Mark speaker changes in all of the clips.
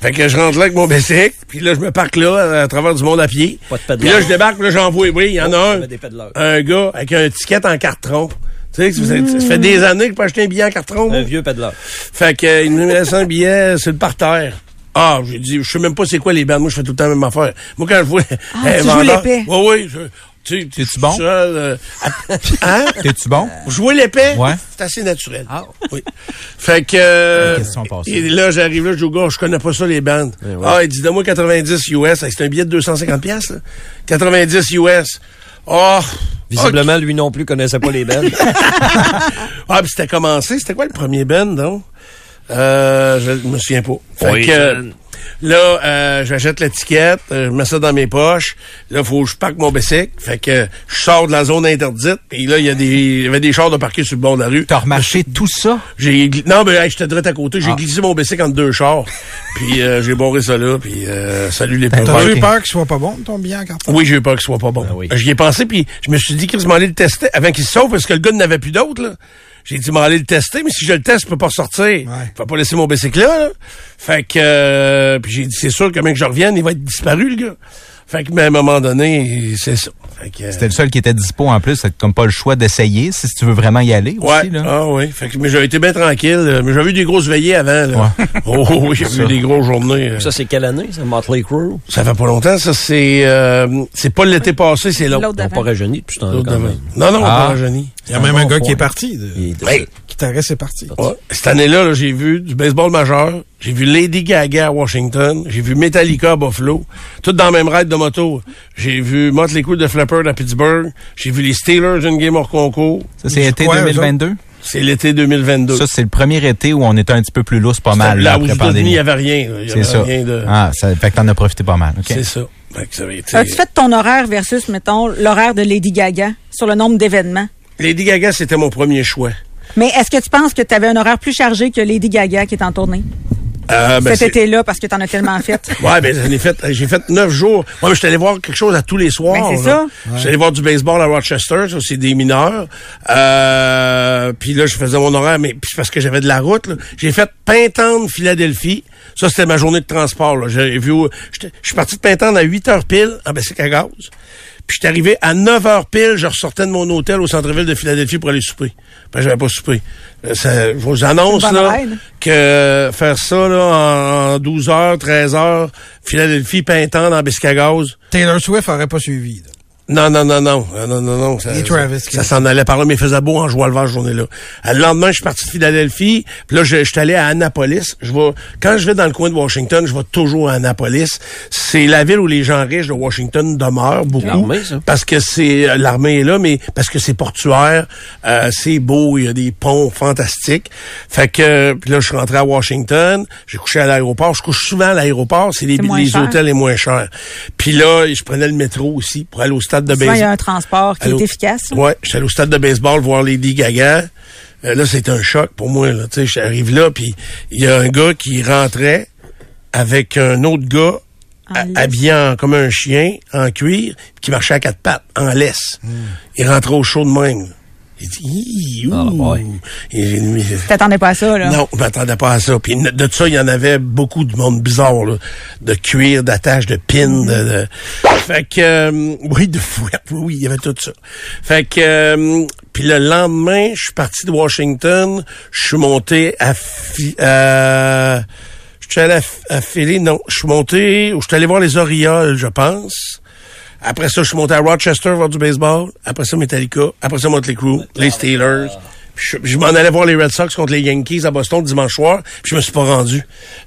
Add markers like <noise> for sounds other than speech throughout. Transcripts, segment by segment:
Speaker 1: Fait que je rentre là avec mon bicycle, puis là, je me parque là, à, à travers du monde à pied.
Speaker 2: Pas de pédaleur.
Speaker 1: Puis là, je débarque, là, j'en vois, oui, il y en
Speaker 2: Oh,
Speaker 1: a un,
Speaker 2: il y avait des pédaleurs.
Speaker 1: un gars avec un ticket en carton. Tu sais, que vous êtes- ça fait des années que je peux acheter un billet en carton.
Speaker 2: Un
Speaker 1: moi.
Speaker 2: vieux pédaleur.
Speaker 1: Fait que, euh, il me laisse un billet sur le parterre. Ah, j'ai dit, je sais même pas c'est quoi les bandes. Moi, je fais tout le temps la même affaire. Moi, quand je vois. Ah,
Speaker 3: tu joues l'épée.
Speaker 1: Oui, oui. je- Tu tu-
Speaker 4: T'es-tu bon?
Speaker 1: seul, euh,
Speaker 4: <laughs>
Speaker 1: hein?
Speaker 4: T'es-tu bon?
Speaker 1: Jouer l'épée,
Speaker 4: Ouais.
Speaker 1: c'est assez naturel. Oui. Fait que... euh,
Speaker 4: Une question passée.
Speaker 1: et là, j'arrive là, je dis au gars, je connais pas ça, les bandes. Ah, il dit, donne-moi 90 US. Hey, C'est un billet de 250 piastres, là. 90 US. Oh!
Speaker 2: Visiblement, lui non plus connaissait pas les <laughs> belles.
Speaker 1: Ah, puis c'était commencé. C'était quoi le premier Ben, donc? Euh, je me souviens pas. Fait que, là, euh, j'achète l'étiquette, euh, je mets ça dans mes poches. Là, faut que je parque mon bicycle. Fait que je sors de la zone interdite. Et là, il y, a des- il y avait des chars de parquer sur le bord de la rue. <laughs>
Speaker 4: T'as remarché tout ça?
Speaker 1: J'ai gli- non mais hey, j'étais direct à côté, j'ai glissé mon bicycle entre deux chars. <laughs> puis euh, j'ai boré ça là, puis euh, salut les
Speaker 4: T'as
Speaker 1: pauvres.
Speaker 4: Ok.
Speaker 5: J'ai Ben, eu peur qu'il soit pas bon, ton billet en carton.
Speaker 1: Oui, j'ai eu peur qu'il soit pas bon.
Speaker 2: oui.
Speaker 1: J'y ai pensé puis je me suis dit qu'ils m'en allaient le tester avant qu'il se sauve parce que le gars n'avait plus d'autres là. J'ai dit m'en aller le tester, mais si je le teste, je peux pas ressortir. Je peux pas laisser mon bicycle là. là. Fait que euh, puis j'ai dit c'est sûr que même que je revienne, il va être disparu le gars. Fait que mais à un moment donné, c'est ça. Fait que, euh,
Speaker 4: C'était le seul qui était dispo en plus. C'est comme pas le choix d'essayer si tu veux vraiment y aller
Speaker 1: Ouais.
Speaker 4: aussi. Là.
Speaker 1: Ah oui. Fait que, mais j'ai été bien tranquille. euh, Mais j'avais eu des grosses veillées avant. Là.
Speaker 4: Ouais.
Speaker 1: <laughs> Oh, oh,
Speaker 4: <laughs>
Speaker 1: oui, j'ai
Speaker 4: Ça.
Speaker 1: eu des grosses journées. euh.
Speaker 2: Ça, c'est quelle année, ça? Motley Crue?
Speaker 1: Ça fait pas longtemps, ça. C'est euh, c'est pas l'été passé, c'est l'autre.
Speaker 3: L'autre
Speaker 2: Ils n'ont pas
Speaker 3: d'avant.
Speaker 2: rajeuni depuis ce temps-là,
Speaker 1: L'autre
Speaker 2: quand
Speaker 1: d'avant.
Speaker 2: même.
Speaker 1: Non, non,
Speaker 4: Ah.
Speaker 1: pas rajeuni.
Speaker 5: Il y a même
Speaker 4: un
Speaker 5: un
Speaker 4: bon
Speaker 5: gars qui
Speaker 4: point.
Speaker 5: est parti. de-
Speaker 2: Il est
Speaker 1: Hey.
Speaker 5: Qui t'arrête, est parti.
Speaker 1: Ouais. Cette année-là, là, j'ai vu du baseball majeur, j'ai vu Lady Gaga à Washington, j'ai vu Metallica à Buffalo, tout dans le même ride de moto. J'ai vu Motley Crue de Flapper à Pittsburgh, j'ai vu les Steelers une game hors concours.
Speaker 4: Ça, c'est
Speaker 5: Je
Speaker 4: été
Speaker 5: crois,
Speaker 4: 2022.
Speaker 1: C'est l'été 2022.
Speaker 4: Ça, c'est le premier été où on était un petit peu plus lousse, pas mal, là,
Speaker 1: là où je
Speaker 4: après
Speaker 1: suis devenu, il n'y
Speaker 4: pandémie.
Speaker 1: avait rien. là. Il y
Speaker 4: C'est
Speaker 1: avait
Speaker 4: ça.
Speaker 1: rien de...
Speaker 4: Ah, ça fait que t'en as profité pas mal. OK.
Speaker 1: C'est ça. Fait que ça avait été-
Speaker 3: As-tu fait ton horaire versus, mettons, l'horaire de Lady Gaga sur le nombre d'événements?
Speaker 1: Lady Gaga, c'était mon premier choix.
Speaker 3: Mais est-ce que tu penses que tu avais un horaire plus chargé que Lady Gaga qui est en tournée
Speaker 1: Ah, ben,
Speaker 3: cet
Speaker 1: c'est-
Speaker 3: été-là parce que t'en as tellement
Speaker 1: <laughs>
Speaker 3: fait?
Speaker 1: Ouais, ben j'en ai fait, j'ai fait neuf jours. Moi, je suis allé voir quelque chose à tous les soirs.
Speaker 3: Ben, c'est
Speaker 1: là.
Speaker 3: ça.
Speaker 1: Je suis allé voir du baseball à Rochester, ça c'est des mineurs. Euh, puis là, je faisais mon horaire, mais puis c'est parce que j'avais de la route. là. J'ai fait Pintante, Philadelphie. Ça, c'était ma journée de transport. là. J'ai vu, j'étais- je suis parti de Pintante à 8 heures pile, Ah, en bicycle à gaz. Puis j'étais arrivé à 9 heures pile, je ressortais de mon hôtel au centre-ville de Philadelphie pour aller souper. Ben, j'avais pas soupé. Euh, Ça, je vous annonce
Speaker 3: Bonne
Speaker 1: là,
Speaker 3: reine.
Speaker 1: que faire ça là, en 12 heures, 13 heures, Philadelphie, Pintante, en biscuit à gaz,
Speaker 5: Taylor Swift aurait pas suivi. là.
Speaker 1: non, non, non, non, Euh, non, non, non. Ça,
Speaker 5: Et Travis Scott.
Speaker 1: ça s'en allait par là, mais il faisait beau en jouant le vent cette journée-là. Euh, Le lendemain, je suis parti de Philadelphie. Puis là, je, je suis allé à Annapolis. Je vais, quand je vais dans le coin de Washington, je vais toujours à Annapolis. C'est la ville où les gens riches de Washington demeurent beaucoup.
Speaker 2: L'armée, ça.
Speaker 1: Parce que c'est euh, l'armée est là, mais parce que c'est portuaire, euh, c'est beau, il y a des ponts fantastiques. Fait que euh, puis là, je suis rentré à Washington. J'ai couché à l'aéroport. Je couche souvent à l'aéroport. C'est les,
Speaker 3: C'est moins
Speaker 1: les
Speaker 3: cher.
Speaker 1: hôtels les moins chers. Puis là, je prenais le métro aussi pour aller au stade de
Speaker 3: Souvent, il y a
Speaker 1: baseball.
Speaker 3: un transport qui
Speaker 1: ben Allô?
Speaker 3: est efficace.
Speaker 1: Ouais, j'étais allé au stade de baseball voir Lady Gaga. Euh, là, c'est un choc pour moi. Là, Tu sais, j'arrive là, puis il y a un gars qui rentrait avec un autre gars
Speaker 3: En
Speaker 1: ha-
Speaker 3: laisse.
Speaker 1: habillé en- comme un chien en cuir, puis qui marchait à quatre pattes en laisse. Il rentrait au show de même. Il dit, Hi, ouh.
Speaker 2: Ah, ouais.
Speaker 1: Et j'ai dit, Mais-
Speaker 3: T'attendais pas à ça, là?
Speaker 1: non, je m'attendais pas à ça. Puis n- de ça, il y en avait beaucoup de monde bizarre, là. De cuir, d'attache, de pin, de, de- Fait que... euh, oui, de fouette. <laughs> Oui, oui, il y avait tout ça. Fait que... euh, puis le lendemain, je suis parti de Washington. Je suis monté à... Fi- à- je suis allé à, F- à Philly. Non, je suis monté... Je suis allé voir les Orioles, je pense. Après ça, je suis monté à Rochester voir du baseball. Après ça, Metallica. Après ça, Motley Crue, les Steelers. Puis Je, je m'en allais voir les Red Sox contre les Yankees à Boston dimanche soir. Puis je me suis pas rendu.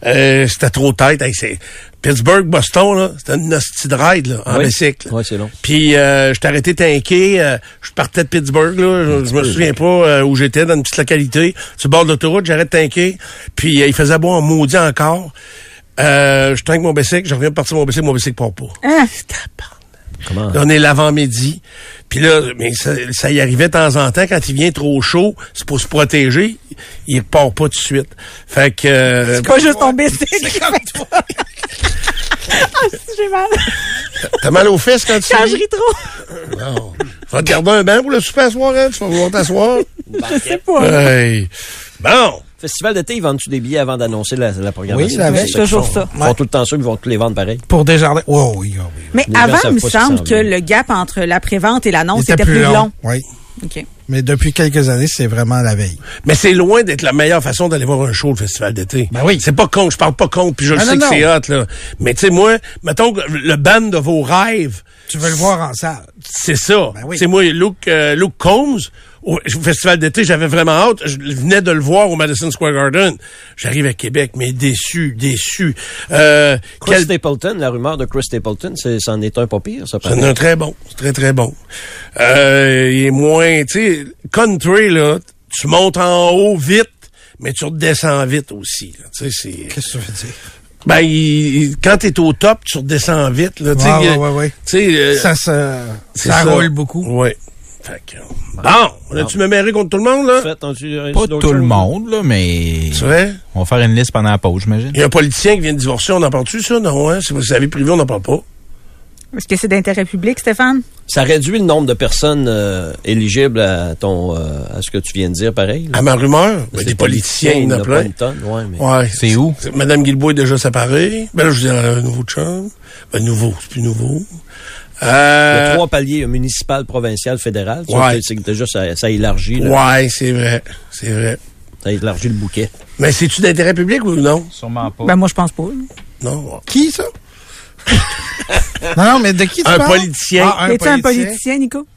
Speaker 1: Euh, c'était trop tête. Hey, c'est- Pittsburgh, Boston, là, c'était une hostie de ride là, en
Speaker 2: Oui.
Speaker 1: bicycle.
Speaker 2: Ouais, c'est long.
Speaker 1: Puis euh, je t'ai arrêté tanké. euh, je partais de Pittsburgh, là. Je, je me souviens pas euh, où j'étais, dans une petite localité. Sur le bord de l'autoroute, j'arrête tanké. Puis euh, il faisait bon en maudit encore. Euh, je tangue mon bicycle, je reviens partir mon bicycle, mon bicycle part pas.
Speaker 3: Hein?
Speaker 2: Comment?
Speaker 1: Là, on est l'avant-midi. Puis là, mais ça, ça y arrivait de temps en temps, quand il vient trop chaud, c'est pour se protéger, il repart pas tout de suite. Fait que... euh,
Speaker 3: Pas juste ton bicycle. Ah, si, <laughs> J'ai mal.
Speaker 1: <laughs> T'as mal aux fesses quand tu
Speaker 3: Quand je
Speaker 1: souris?
Speaker 3: ris trop,
Speaker 1: Non. Va te garder un bain pour le souper à soir, hein? Tu vas vouloir t'asseoir?
Speaker 3: je sais pas.
Speaker 1: Euh,
Speaker 5: Bah.
Speaker 1: hey. Bon.
Speaker 2: Festival d'été, ils vendent-tu des billets avant d'annoncer la, la programmation?
Speaker 5: Oui, la veille.
Speaker 2: C'est ça qu'ils
Speaker 3: Toujours
Speaker 2: font.
Speaker 3: ça.
Speaker 2: Ils font tout le temps ça, ils vont tous les vendre pareil.
Speaker 5: Pour Desjardins. Oh oui, oh oui.
Speaker 3: Mais
Speaker 2: Les gens
Speaker 3: avant,
Speaker 2: savent
Speaker 3: il me
Speaker 2: pas ce qui
Speaker 3: semble
Speaker 2: s'en
Speaker 3: que
Speaker 2: vient.
Speaker 3: le gap entre l'après-vente et
Speaker 5: Il
Speaker 3: l'annonce
Speaker 5: était
Speaker 3: était plus long.
Speaker 5: Oui.
Speaker 3: OK.
Speaker 5: Mais depuis quelques années, c'est vraiment la veille.
Speaker 1: Mais c'est loin d'être la meilleure façon d'aller voir un show, le festival d'été.
Speaker 5: Ben oui.
Speaker 1: C'est pas con, je parle pas contre, puis je le
Speaker 5: Ah,
Speaker 1: sais
Speaker 5: non,
Speaker 1: que c'est hot, là. Mais tu sais, moi, mettons que le band de vos rêves,
Speaker 5: Tu veux le voir en salle.
Speaker 1: c'est ça.
Speaker 5: Ben oui.
Speaker 1: C'est moi, Luke, euh, Luke Combs, au au festival d'été, j'avais vraiment hâte. Je venais de le voir au Madison Square Garden. J'arrive à Québec, mais déçu, déçu. Euh,
Speaker 2: Chris
Speaker 1: quel-
Speaker 2: Stapleton, la rumeur de Chris Stapleton, c'est- c'en est un pas pire, ça.
Speaker 1: C'est
Speaker 2: paraît.
Speaker 1: un très bon, c'est très très bon. Euh, il est moins, tu sais, country là, tu montes en haut vite, mais tu redescends vite aussi. là. Tu sais, c'est
Speaker 5: Qu'est-ce que tu veux dire?
Speaker 1: ben il- il- quand t'es au top, tu redescends vite là. Tu sais,
Speaker 5: Ouais,
Speaker 1: il-
Speaker 5: ouais, ouais, ouais.
Speaker 1: tu sais, euh,
Speaker 5: Ça se,
Speaker 1: c'est
Speaker 5: ça, roule beaucoup.
Speaker 1: Ouais. Fait que bon, là tu me méré contre tout le monde là.
Speaker 2: Fait, as-tu- as-tu
Speaker 4: Pas
Speaker 2: d'autres
Speaker 4: tout le
Speaker 2: choses?
Speaker 4: monde, là, mais
Speaker 1: C'est vrai?
Speaker 4: on va faire une liste pendant la pause, j'imagine.
Speaker 1: Il y a un politicien qui vient de divorcer, on en parle-tu ça? Non, hein? Si vous savez privé, on n'en parle pas.
Speaker 3: Est-ce que c'est d'intérêt public, Stéphane?
Speaker 2: Ça réduit le nombre de personnes euh, éligibles à ton euh, à ce que tu viens de dire, pareil. là.
Speaker 1: À ma rumeur, ben,
Speaker 2: C'est
Speaker 1: des politiciens, il y en a
Speaker 2: pas
Speaker 1: plein.
Speaker 2: une tonne, ouais, mais-
Speaker 1: Ouais.
Speaker 4: C'est où?
Speaker 1: C'est- Madame Guilbeault est déjà séparée. Ben là, je dis un nouveau chum. Ben, nouveau, c'est plus nouveau.
Speaker 2: Il y a
Speaker 1: Euh,
Speaker 2: trois paliers, euh, municipal, provincial, fédéral. Ça,
Speaker 1: Ouais.
Speaker 2: c'est- c'est que déjà, ça, ça élargit. là.
Speaker 1: Ouais, c'est vrai. C'est vrai.
Speaker 2: Ça élargit le bouquet.
Speaker 1: Mais c'est-tu d'intérêt public ou non?
Speaker 4: Sûrement pas.
Speaker 3: Ben, moi, je pense pas.
Speaker 1: Non.
Speaker 5: Qui, ça? non, non, mais de qui tu
Speaker 1: Un
Speaker 5: parles?
Speaker 1: politicien.
Speaker 5: Ah,
Speaker 3: Es-tu un politicien, Nico?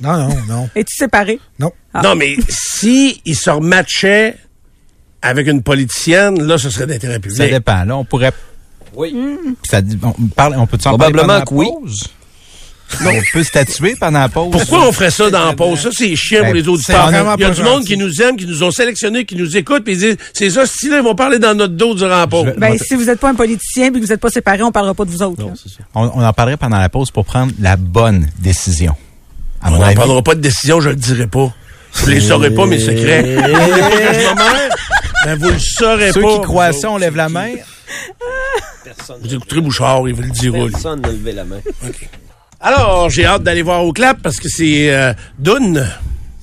Speaker 5: Non, non, non.
Speaker 3: Es-tu séparé?
Speaker 5: Non.
Speaker 3: Ah.
Speaker 1: Non, mais si il se rematchait avec une politicienne, là, ce serait d'intérêt
Speaker 4: Ça
Speaker 1: public.
Speaker 4: dépend, là. On pourrait.
Speaker 2: Oui.
Speaker 5: Mmh.
Speaker 4: Ça, dit- on, parle, on peut en parler
Speaker 2: Probablement
Speaker 4: pendant la
Speaker 2: que oui.
Speaker 4: pause? On peut statuer pendant la pause.
Speaker 1: Pourquoi on ferait ça dans la pause? Ça, c'est chiant pour
Speaker 4: Ben,
Speaker 1: les
Speaker 5: c'est
Speaker 1: auditeurs.
Speaker 5: vraiment
Speaker 1: Il y a
Speaker 5: pas
Speaker 1: du monde
Speaker 5: gentil.
Speaker 1: qui nous aime, qui nous ont sélectionnés, qui nous écoutent, puis ils disent, c'est ça, si là, ils vont parler dans notre dos durant la pause.
Speaker 4: Je-
Speaker 3: Ben,
Speaker 4: Moi,
Speaker 3: si vous n'êtes pas un politicien puis que vous n'êtes pas séparé, on parlera pas de vous autres. là.
Speaker 4: On, on en parlerait pendant la pause pour prendre la bonne décision. À
Speaker 1: On
Speaker 4: mon
Speaker 1: n'en
Speaker 4: avis.
Speaker 1: prendra pas de décision, je le dirai pas. Vous les saurez pas, mes secrets.
Speaker 4: <laughs>
Speaker 1: Vous voulez pas que je me meure? Ben, vous le saurez
Speaker 4: Ceux
Speaker 1: pas.
Speaker 4: qui croient à
Speaker 1: vous
Speaker 4: ça, on
Speaker 1: autres.
Speaker 4: lève la main.
Speaker 2: Personne,
Speaker 1: Vous écouterez Bouchard, il vous le dira. lui.
Speaker 2: personne n'a levé la main.
Speaker 1: Alors, j'ai hâte d'aller voir au clap parce que c'est euh, Dune.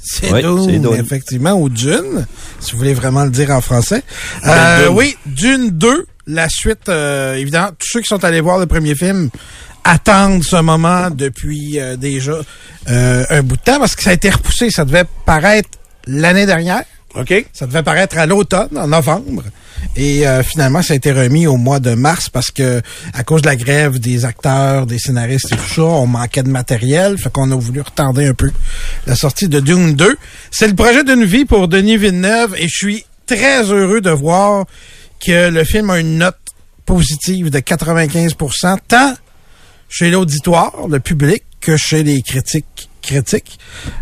Speaker 5: C'est
Speaker 2: Oui, c'est
Speaker 5: Dune,
Speaker 2: Dune.
Speaker 5: effectivement, ou Dune, si vous voulez vraiment le dire en français.
Speaker 1: Ben,
Speaker 5: Euh,
Speaker 1: Dune.
Speaker 5: oui, Dune 2, la suite, euh, évidemment, tous ceux qui sont allés voir le premier film attendent ce moment depuis euh, déjà euh, un bout de temps, parce que ça a été repoussé, ça devait paraître l'année dernière.
Speaker 1: OK?
Speaker 5: Ça devait paraître à l'automne, en novembre. Et euh, finalement, ça a été remis au mois de mars parce que, à cause de la grève des acteurs, des scénaristes et tout ça, on manquait de matériel. Fait qu'on a voulu retenter un peu la sortie de Dune 2. C'est le projet d'une vie pour Denis Villeneuve et je suis très heureux de voir que le film a une note positive de 95 tant chez l'auditoire, le public, que chez les critiques critiques.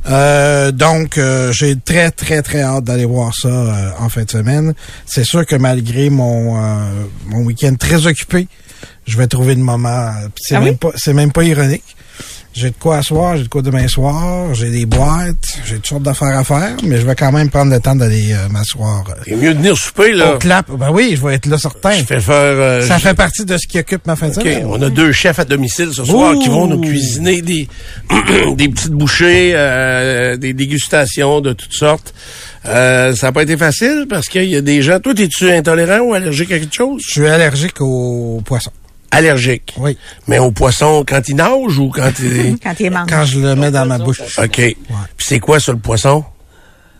Speaker 5: Euh, donc, euh, j'ai très, très, très hâte d'aller voir ça euh, en fin de semaine. C'est sûr que malgré mon, euh, mon week-end très occupé, je vais trouver le moment. Puis C'est
Speaker 3: Ah
Speaker 5: même
Speaker 3: oui?
Speaker 5: pas, c'est même pas ironique. J'ai de quoi à soir, j'ai de quoi demain soir, j'ai des boîtes, j'ai toutes sortes d'affaires à faire, mais je vais quand même prendre le temps d'aller euh, m'asseoir. euh,
Speaker 1: C'est mieux de venir souper,
Speaker 5: au
Speaker 1: là.
Speaker 5: clap, ben oui, je vais être là certain.
Speaker 1: Je fais faire... euh,
Speaker 5: Ça
Speaker 1: je-
Speaker 5: fait partie de ce qui occupe ma fin de
Speaker 1: OK,
Speaker 5: semaine.
Speaker 1: on a deux chefs à domicile ce soir
Speaker 5: Ouh.
Speaker 1: qui vont nous cuisiner des, <clears throat> des petites bouchées, euh, des dégustations de toutes sortes. Euh, ça n'a pas été facile parce qu'il y a des gens... Toi, es-tu intolérant ou allergique à quelque chose?
Speaker 5: Je suis allergique aux poissons.
Speaker 1: Allergique.
Speaker 5: Oui.
Speaker 1: Mais au poisson, quand il nage ou quand
Speaker 5: <laughs>
Speaker 1: il...
Speaker 3: Quand il est mort.
Speaker 5: Quand je le mets dans ma bouche,
Speaker 1: OK. Puis c'est quoi sur le poisson?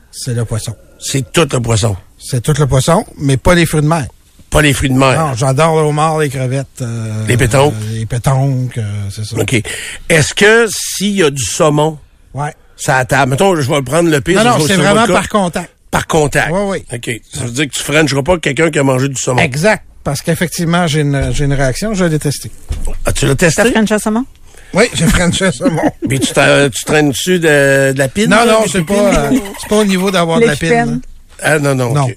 Speaker 5: c'est le poisson.
Speaker 1: C'est tout le poisson.
Speaker 5: C'est tout le poisson, mais pas les fruits de mer.
Speaker 1: Pas les fruits de mer.
Speaker 5: Non, j'adore le homard, les crevettes. euh,
Speaker 1: Les pétonques.
Speaker 5: euh, les pétonques, euh, c'est ça.
Speaker 1: OK. Est-ce que s'il y a du saumon,
Speaker 5: Ouais.
Speaker 1: ça à table? Mettons, je vais le prendre le pire.
Speaker 5: Non,
Speaker 1: je
Speaker 5: non,
Speaker 1: vais
Speaker 5: c'est
Speaker 1: sur
Speaker 5: vraiment
Speaker 1: votre
Speaker 5: par
Speaker 1: cas.
Speaker 5: contact.
Speaker 1: Par contact.
Speaker 5: Oui, oui.
Speaker 1: OK. Ça veut dire que tu frencheras pas quelqu'un qui a mangé du saumon.
Speaker 5: Exact. Parce qu'effectivement, j'ai une, j'ai une réaction, je l'ai testé.
Speaker 1: Ah, tu l'as
Speaker 3: Ça
Speaker 1: testé?
Speaker 3: ferait une chasse saumon?
Speaker 5: Oui, <laughs> j'ai Frenché saumon.
Speaker 1: Mais tu, t'en- tu traînes dessus de, de la pine?
Speaker 5: Non,
Speaker 1: là,
Speaker 5: non,
Speaker 1: des
Speaker 5: c'est
Speaker 1: pépines?
Speaker 5: pas, euh, c'est pas au niveau d'avoir de la
Speaker 3: Les
Speaker 5: pine.
Speaker 3: chipènes.
Speaker 1: Ah, non, non.
Speaker 5: Non.
Speaker 1: OK.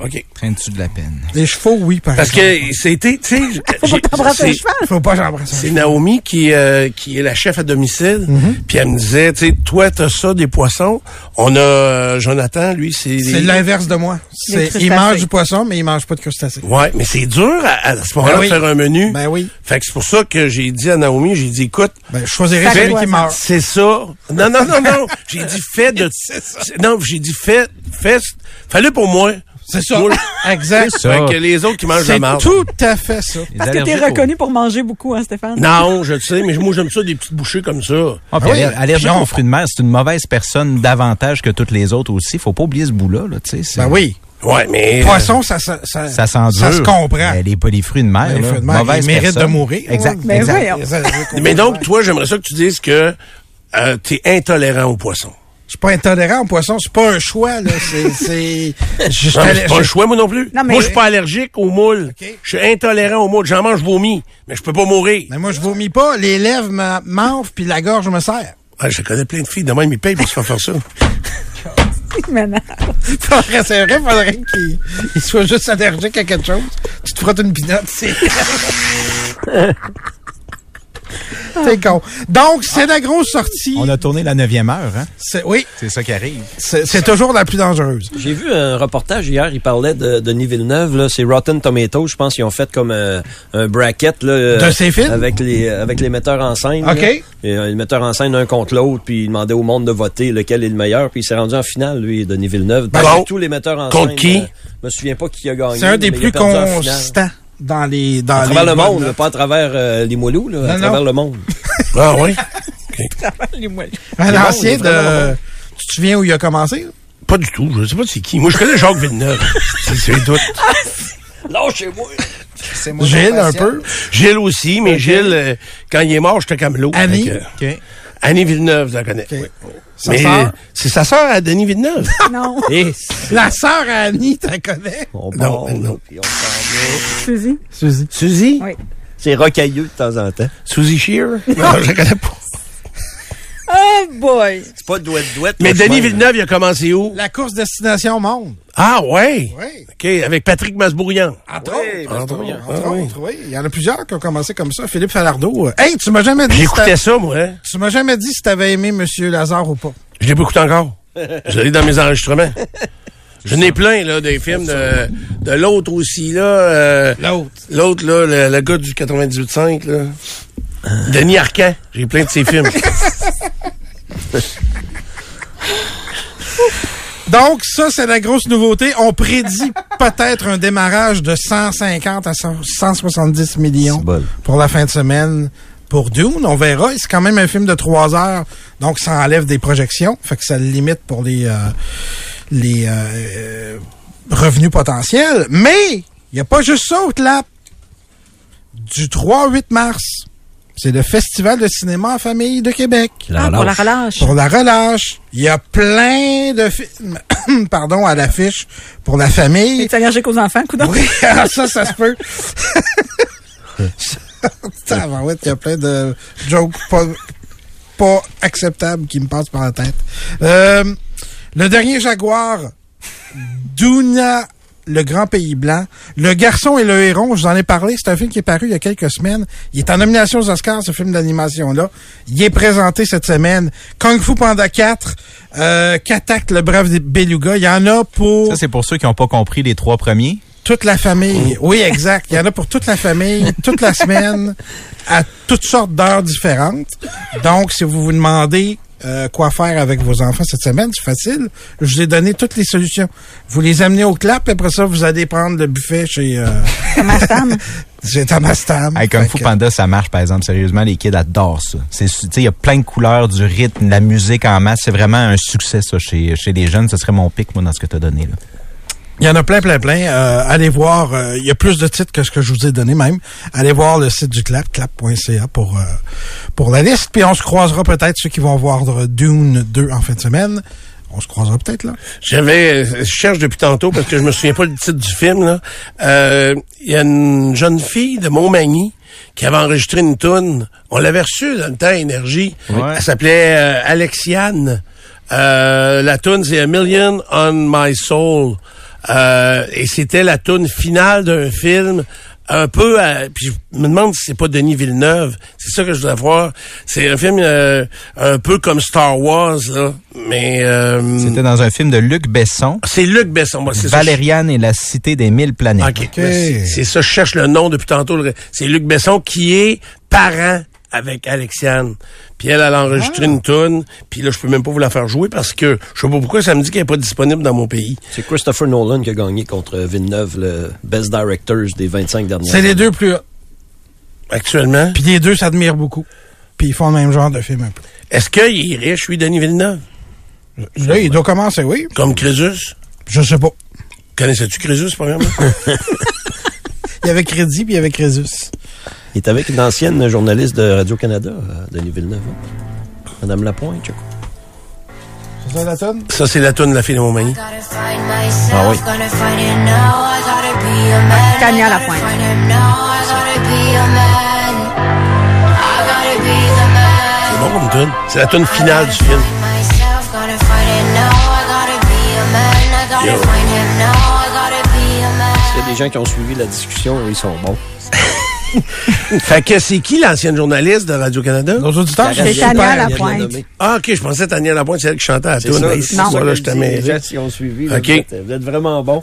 Speaker 1: OK.
Speaker 4: Traînes-tu de la peine?
Speaker 5: Les chevaux, oui, par
Speaker 1: Parce
Speaker 5: exemple.
Speaker 1: que c'était, tu
Speaker 5: <laughs>
Speaker 1: sais,
Speaker 3: Faut pas
Speaker 1: j'ai-
Speaker 3: t'embrasser le
Speaker 1: c'est-
Speaker 3: cheval.
Speaker 5: Faut pas j'embrasse.
Speaker 1: c'est Naomi qui euh, qui est la chef à domicile,
Speaker 5: Mm-hmm.
Speaker 1: puis elle me disait, tu sais, toi t'as ça des poissons, on a euh, Jonathan, lui c'est
Speaker 5: C'est l'inverse de moi.
Speaker 3: Les
Speaker 5: C'est, il
Speaker 3: crustacés.
Speaker 5: mange du poisson, mais il mange pas de crustacés.
Speaker 1: Ouais, mais c'est dur à, à ce moment-là
Speaker 5: Ben
Speaker 1: de
Speaker 5: oui.
Speaker 1: faire un menu.
Speaker 5: Ben oui.
Speaker 1: Fait que c'est pour ça que j'ai dit à Naomi, j'ai dit écoute,
Speaker 5: Ben, je choisirais
Speaker 3: Ça
Speaker 5: celui
Speaker 3: doit
Speaker 5: qui
Speaker 3: être-
Speaker 5: meurt.
Speaker 1: c'est ça. Non non non non, <laughs> j'ai dit fais de Non, j'ai dit fais fais fallait pour moi.
Speaker 5: C'est ça.
Speaker 1: Moi,
Speaker 5: exact.
Speaker 4: C'est ça.
Speaker 1: fait que les autres qui mangent la
Speaker 5: C'est
Speaker 1: marde.
Speaker 5: tout à fait ça.
Speaker 4: Les
Speaker 3: Parce que t'es
Speaker 4: allergiques au-
Speaker 3: reconnu pour manger beaucoup, hein, Stéphane? <laughs>
Speaker 1: Non, je le sais, mais moi j'aime ça des petites bouchées comme ça.
Speaker 4: Ah, puis
Speaker 5: Ah oui,
Speaker 4: aller- aller
Speaker 5: puis
Speaker 4: dire
Speaker 5: on-
Speaker 4: aux fruits de mer, c'est une mauvaise personne davantage que toutes les autres aussi. Faut pas oublier ce bout-là, là, tu sais. c'est-
Speaker 5: Ben oui.
Speaker 1: Ouais, mais euh,
Speaker 5: Poisson, ça, ça, ça,
Speaker 4: Ça s'endure.
Speaker 5: se comprend.
Speaker 4: Ben, les, les fruits de mer,
Speaker 5: Les
Speaker 4: là,
Speaker 5: fruits de mer,
Speaker 4: mauvaise
Speaker 5: ils méritent
Speaker 4: personne.
Speaker 5: de mourir.
Speaker 4: Exact.
Speaker 3: Ben
Speaker 4: exact.
Speaker 3: voyons.
Speaker 1: Mais donc, toi, j'aimerais ça que tu dises que euh, t'es intolérant aux poissons.
Speaker 5: Je suis pas intolérant au poisson, c'est pas un choix, là. C'est, c'est, je suis
Speaker 1: Non, mais
Speaker 5: allé-
Speaker 1: c'est pas
Speaker 5: je-
Speaker 1: un choix, moi non plus.
Speaker 3: Non, mais-
Speaker 1: Moi, je suis pas allergique aux moules.
Speaker 5: OK.
Speaker 1: Je suis intolérant aux moules. J'en mange vomi, mais je peux pas mourir.
Speaker 5: Mais moi, je vomis pas, les lèvres me- m'enflent puis la gorge me serre. <laughs>
Speaker 1: Ah, je connais plein de filles. Demain, ils me payent pour se faire faire ça.
Speaker 3: Maintenant.
Speaker 5: Faudrait- c'est vrai, faudrait qu'il il soit juste allergique à quelque chose. Tu te frottes une pinotte, c'est.
Speaker 4: <laughs>
Speaker 5: T'es con. Donc, c'est la grosse sortie.
Speaker 4: On a tourné la neuvième heure, hein?
Speaker 5: C'est- oui,
Speaker 4: C'est ça qui arrive.
Speaker 5: c'est c'est toujours la plus dangereuse.
Speaker 2: <laughs> J'ai vu un reportage hier, il parlait de Denis Villeneuve, là, c'est Rotten Tomatoes, je pense qu'ils ont fait comme un, un bracket là, euh,
Speaker 5: ses films?
Speaker 2: avec les avec les metteurs en scène. là.
Speaker 5: OK.
Speaker 2: Et, euh, les metteurs en scène un contre l'autre, puis ils demandaient au monde de voter lequel est le meilleur, puis il s'est rendu en finale lui Denis Villeneuve.
Speaker 5: Bah,
Speaker 1: Ben
Speaker 2: Parmi
Speaker 1: bon.
Speaker 2: tous les metteurs en
Speaker 1: Contre
Speaker 2: scène.
Speaker 1: qui?
Speaker 2: euh, Je me souviens pas qui a gagné.
Speaker 5: C'est un des
Speaker 2: mais il
Speaker 5: plus
Speaker 2: a perdu en finale.
Speaker 5: constants dans les. Dans
Speaker 2: À
Speaker 5: les
Speaker 2: travers le
Speaker 5: bonnes
Speaker 2: monde, là,
Speaker 5: notes.
Speaker 2: pas à travers euh, les moulous, là, à
Speaker 5: Non,
Speaker 2: travers
Speaker 5: non.
Speaker 2: le monde.
Speaker 1: ah oui?
Speaker 3: Les moelleux.
Speaker 2: Il
Speaker 5: Un
Speaker 2: est bon, il
Speaker 5: ancien
Speaker 2: est vraiment
Speaker 5: de. Tu te souviens où il a commencé?
Speaker 1: Pas du tout. Je sais pas c'est qui. Moi, je connais Jacques
Speaker 5: <laughs>
Speaker 1: Villeneuve. c'est c'est tout.
Speaker 5: Ah
Speaker 2: Lâchez-moi!
Speaker 5: Gilles, un peu.
Speaker 1: Gilles aussi, mais Gilles, euh, quand il est mort, j'étais comme l'eau.
Speaker 5: Annie?
Speaker 1: Fait que, Annie Villeneuve, je la connais.
Speaker 5: OK.
Speaker 1: Oui.
Speaker 5: Sa
Speaker 1: mais euh,
Speaker 5: sœur?
Speaker 1: c'est sa sœur à Denis Villeneuve.
Speaker 3: Non,
Speaker 2: Et
Speaker 5: La sœur Annie, t'en connais?
Speaker 2: <laughs> on
Speaker 1: Non, euh,
Speaker 2: part,
Speaker 1: non.
Speaker 2: là, puis on s'en va.
Speaker 3: Suzy.
Speaker 5: Suzy.
Speaker 1: Suzy?
Speaker 3: Oui.
Speaker 2: C'est rocailleux de temps en temps.
Speaker 1: Suzy Shear? Non, je la connais pas.
Speaker 3: Oh boy!
Speaker 2: C'est pas douette-douette.
Speaker 1: Mais
Speaker 2: le chemin,
Speaker 1: Denis
Speaker 2: là.
Speaker 1: Villeneuve, il a commencé où?
Speaker 5: La course Destination Monde.
Speaker 1: Ah, ouais?
Speaker 5: Oui.
Speaker 1: OK, avec Patrick Masbourian.
Speaker 5: Entre
Speaker 2: Oui,
Speaker 5: autres.
Speaker 2: parce
Speaker 1: Entre
Speaker 2: qu'on y a-
Speaker 1: autres.
Speaker 5: Entre
Speaker 1: Ah oui.
Speaker 5: autres, oui. Il y en a plusieurs qui ont commencé comme ça. Philippe Falardeau. euh, Hey, tu m'as jamais dit. si
Speaker 1: J'écoutais
Speaker 5: t'a-
Speaker 1: ça, moi. Hein?
Speaker 5: Tu m'as jamais dit si t'avais aimé Monsieur Lazare ou pas.
Speaker 1: Je l'ai pas écouté encore. Je l'ai dans mes enregistrements. Je n'ai plein, là, des films de, de l'autre aussi, là. euh,
Speaker 5: L'autre.
Speaker 1: l'autre, là, le, le gars du 98.5, là. Denis Arcan. J'ai plein de ses films.
Speaker 5: Donc, ça, c'est la grosse nouveauté. On prédit <laughs> peut-être un démarrage de 150 à 100 170 millions
Speaker 2: C'est bol.
Speaker 5: pour la fin de semaine. Pour Dune, on verra. C'est quand même un film de trois heures, donc ça enlève des projections. Fait que ça le limite pour les, euh, les euh, euh, revenus potentiels. Mais il n'y a pas juste ça au clap. Du 3 au 8 mars, c'est le Festival de cinéma en famille de Québec.
Speaker 3: Ah, pour la relâche.
Speaker 5: Pour la relâche, il y a plein de films, <coughs> pardon, à l'affiche pour la famille.
Speaker 3: Es-tu allergique aux enfants, coudonc?
Speaker 5: Oui, <laughs> ah, ça, ça se <laughs> peut. Putain, ben ouais, il y a plein de jokes pas, pas acceptables qui me passent par la tête. Euh, le dernier Jaguar, Duna, le grand pays blanc. Le garçon et le héron, je vous en ai parlé, c'est un film qui est paru il y a quelques semaines. Il est en nomination aux Oscars, ce film d'animation-là. Il est présenté cette semaine. Kung Fu Panda 4, euh, Katak, le brave des Beluga. Il y en a pour
Speaker 4: Ça, c'est pour ceux qui n'ont pas compris les trois premiers.
Speaker 5: toute la famille. Oui, exact. Il y en a pour toute la famille, toute la semaine, à toutes sortes d'heures différentes. Donc, si vous vous demandez euh, quoi faire avec vos enfants cette semaine, c'est facile. Je vous ai donné toutes les solutions. Vous les amenez au clap, et après ça, vous allez prendre le buffet chez, euh, <laughs>
Speaker 3: Mastam.
Speaker 5: chez Tamastam.
Speaker 4: Hey, Kung
Speaker 5: Mm. Fait
Speaker 4: Fu
Speaker 5: que-
Speaker 4: Panda, ça marche, par exemple. Sérieusement, les kids adorent ça. C'est, su- tu sais, il y a plein de couleurs, du rythme, de la musique en masse. C'est vraiment un succès, ça, chez, chez les jeunes. Ce serait mon pic, moi, dans ce que tu as donné, là.
Speaker 5: Il y en a plein, plein, plein. Euh, allez voir. euh, Il y a plus de titres que ce que je vous ai donné même. Allez voir le site du CLAP, clap.ca pour euh, pour la liste. Puis on se croisera peut-être ceux qui vont voir euh, Dune 2 en fin de semaine. On se croisera peut-être là.
Speaker 1: J'avais, euh, je cherche depuis tantôt parce que je me souviens pas du titre du film. là. Euh, Il y a une jeune fille de Montmagny qui avait enregistré une toune. On l'avait reçue dans le temps Énergie.
Speaker 4: Ouais.
Speaker 1: Elle s'appelait euh, Alexiane. Euh, la toune c'est A Million on My Soul. Euh, et c'était la toune finale d'un film un peu à- puis je me demande si c'est pas Denis Villeneuve c'est ça que je voudrais voir c'est un film euh, un peu comme Star Wars là mais euh,
Speaker 4: C'était dans un film de Luc Besson,
Speaker 1: c'est Luc Besson moi, Ah, c'est ça.
Speaker 4: Valériane et la cité des mille planètes.
Speaker 1: OK. Merci. C'est ça, je cherche le nom depuis tantôt. le- C'est Luc Besson qui est parent avec Alexiane. Puis elle, elle a enregistré une toune. Puis là, je peux même pas vous la faire jouer parce que je sais pas pourquoi ça me dit qu'elle est pas disponible dans mon pays.
Speaker 2: C'est Christopher Nolan qui a gagné contre Villeneuve, le Best Directors des 25 dernières
Speaker 5: C'est les deux plus hauts.
Speaker 1: Actuellement.
Speaker 5: Puis les deux s'admirent beaucoup. Puis ils font le même genre de film un peu.
Speaker 1: Est-ce qu'il est riche, lui, Denis Villeneuve?
Speaker 5: Là, il doit commencer, oui.
Speaker 1: Comme Crésus?
Speaker 5: Je sais pas.
Speaker 1: Connaissais-tu Crésus,
Speaker 2: <laughs>
Speaker 1: premièrement?
Speaker 5: Il y avait Crédit, puis il y avait Crésus.
Speaker 2: Il est avec une ancienne journaliste de Radio-Canada, euh, Denis Villeneuve. hein. Madame Lapointe, je crois.
Speaker 5: C'est ça la tonne?
Speaker 1: ça, c'est la toune de la Philharmonie.
Speaker 6: Ah oui.
Speaker 3: Tania Lapointe.
Speaker 1: C'est bon comme toune. C'est la toune finale du film.
Speaker 2: Il y a des gens qui ont suivi la discussion, ils sont bons.
Speaker 1: Fait que c'est qui l'ancienne journaliste de Radio-Canada?
Speaker 5: Nos auditeurs sont
Speaker 3: C'est
Speaker 2: Il
Speaker 3: Ah, Tania
Speaker 5: super.
Speaker 2: y a de la
Speaker 3: Lapointe.
Speaker 2: nommée.
Speaker 1: Ah, OK, je pensais que Tania Lapointe, c'est elle qui chantait la
Speaker 2: C'est
Speaker 1: toune. Ben,
Speaker 2: ça,
Speaker 1: Hey,
Speaker 2: c'est
Speaker 1: non,
Speaker 2: ça,
Speaker 1: là,
Speaker 2: je
Speaker 1: je te
Speaker 2: dis,
Speaker 1: mets-
Speaker 2: Les gens qui ont suivi, là,
Speaker 1: OK.
Speaker 2: vous, êtes, vous êtes vraiment bons.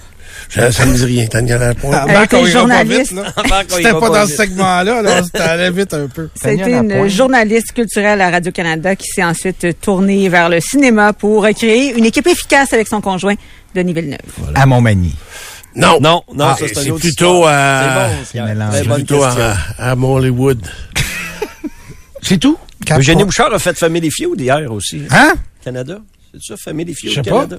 Speaker 1: Ça, ça me dit rien, Tania Lapointe.
Speaker 5: Ah, ben,
Speaker 3: Avec les
Speaker 5: qu'on ira pas
Speaker 3: journalistes.
Speaker 5: vite, là.
Speaker 2: Encore, il
Speaker 5: C'était
Speaker 2: va
Speaker 5: pas dans ce
Speaker 2: vite.
Speaker 5: segment-là, là. T'allais vite un peu.
Speaker 3: C'était
Speaker 4: Tania
Speaker 3: une
Speaker 4: Lapointe.
Speaker 3: journaliste culturelle à Radio-Canada qui s'est ensuite euh, tournée vers le cinéma pour euh, créer une équipe efficace avec son conjoint, Denis Villeneuve.
Speaker 4: À Montmagny.
Speaker 1: Non.
Speaker 2: Non, non,
Speaker 1: Ah,
Speaker 2: ça, c'est
Speaker 1: c'est
Speaker 2: une autre
Speaker 1: plutôt
Speaker 2: histoire.
Speaker 1: à-
Speaker 2: C'est bon, Pierre.
Speaker 4: mélangé.
Speaker 2: Très
Speaker 1: C'est
Speaker 2: bonne
Speaker 1: plutôt euh, à-
Speaker 2: question.
Speaker 1: à, Mollywood. c'est tout?
Speaker 5: Quatre
Speaker 2: Eugénie
Speaker 5: points.
Speaker 2: Bouchard a fait Family Feud hier aussi.
Speaker 5: Hein?
Speaker 2: Canada. C'est ça, Family Feud
Speaker 5: Je sais pas.
Speaker 2: Canada?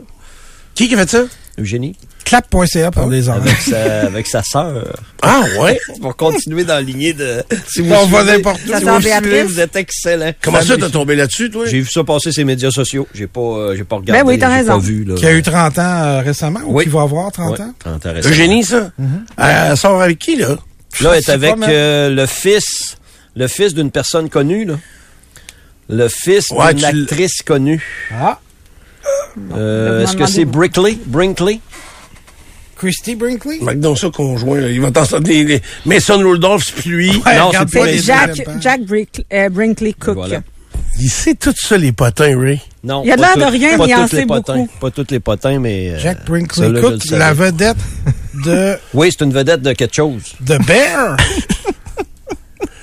Speaker 1: Qui qui a fait ça?
Speaker 2: Eugénie.
Speaker 5: Clap.ca pour les enfants.
Speaker 2: Avec sa, avec sa sœur.
Speaker 1: Ah, ouais.
Speaker 2: <laughs> Pour continuer dans la lignée
Speaker 5: <laughs>
Speaker 2: de... Si vous
Speaker 5: On va
Speaker 2: suivez-
Speaker 5: n'importe
Speaker 2: si
Speaker 5: où.
Speaker 3: Ça
Speaker 2: vous
Speaker 3: sort
Speaker 2: suivez,
Speaker 3: Béatrice.
Speaker 2: Vous êtes excellent.
Speaker 1: Comment ça, t'as tombé là-dessus, toi?
Speaker 2: J'ai vu ça passer sur les médias sociaux. J'ai pas, euh, j'ai pas regardé.
Speaker 3: Ben oui, t'as
Speaker 2: j'ai
Speaker 3: raison.
Speaker 2: Pas vu, là.
Speaker 5: Qui a eu 30 ans euh, récemment, ou
Speaker 2: Oui.
Speaker 5: qui va avoir 30 ans.
Speaker 2: Très intéressant.
Speaker 1: Eugénie, ça?
Speaker 2: Mm-hmm.
Speaker 1: Elle elle sort avec qui, là?
Speaker 2: Là, elle
Speaker 5: Je
Speaker 2: est
Speaker 5: sais
Speaker 2: avec
Speaker 5: pas, mais-
Speaker 2: euh, le fils, le fils d'une personne connue, là. Le fils
Speaker 1: Ouais, tu
Speaker 2: d'une
Speaker 1: l-
Speaker 2: actrice connue.
Speaker 5: Ah,
Speaker 2: Euh,
Speaker 3: Demande-
Speaker 2: Est-ce que c'est Brickley? Brinkley?
Speaker 5: Christy Brinkley?
Speaker 1: McDonald's, ça, conjoint, là. Il va t'en sortir les, les- Mason Rudolph, c'est plus lui.
Speaker 5: Ouais,
Speaker 2: non,
Speaker 5: regarde
Speaker 2: c'est pas
Speaker 5: les
Speaker 3: C'est
Speaker 2: les-
Speaker 3: Jack,
Speaker 5: deuxièmes pages.
Speaker 3: Jack Brick- euh, Brinkley Cook.
Speaker 2: Voilà.
Speaker 1: Il sait tout ça, les potins, Ray.
Speaker 2: Non.
Speaker 3: Il a
Speaker 2: pas
Speaker 3: l'air de
Speaker 2: tout-
Speaker 3: rien,
Speaker 2: pas
Speaker 3: mais il
Speaker 2: tous
Speaker 3: en
Speaker 2: les
Speaker 3: sait
Speaker 2: potins.
Speaker 3: beaucoup.
Speaker 2: Pas tous les potins, mais. euh,
Speaker 5: Jack Brinkley
Speaker 2: ceux-là, je le
Speaker 5: Cook,
Speaker 2: savais.
Speaker 5: la vedette de,
Speaker 2: Oui, c'est une vedette de quelque chose.
Speaker 5: de Bear.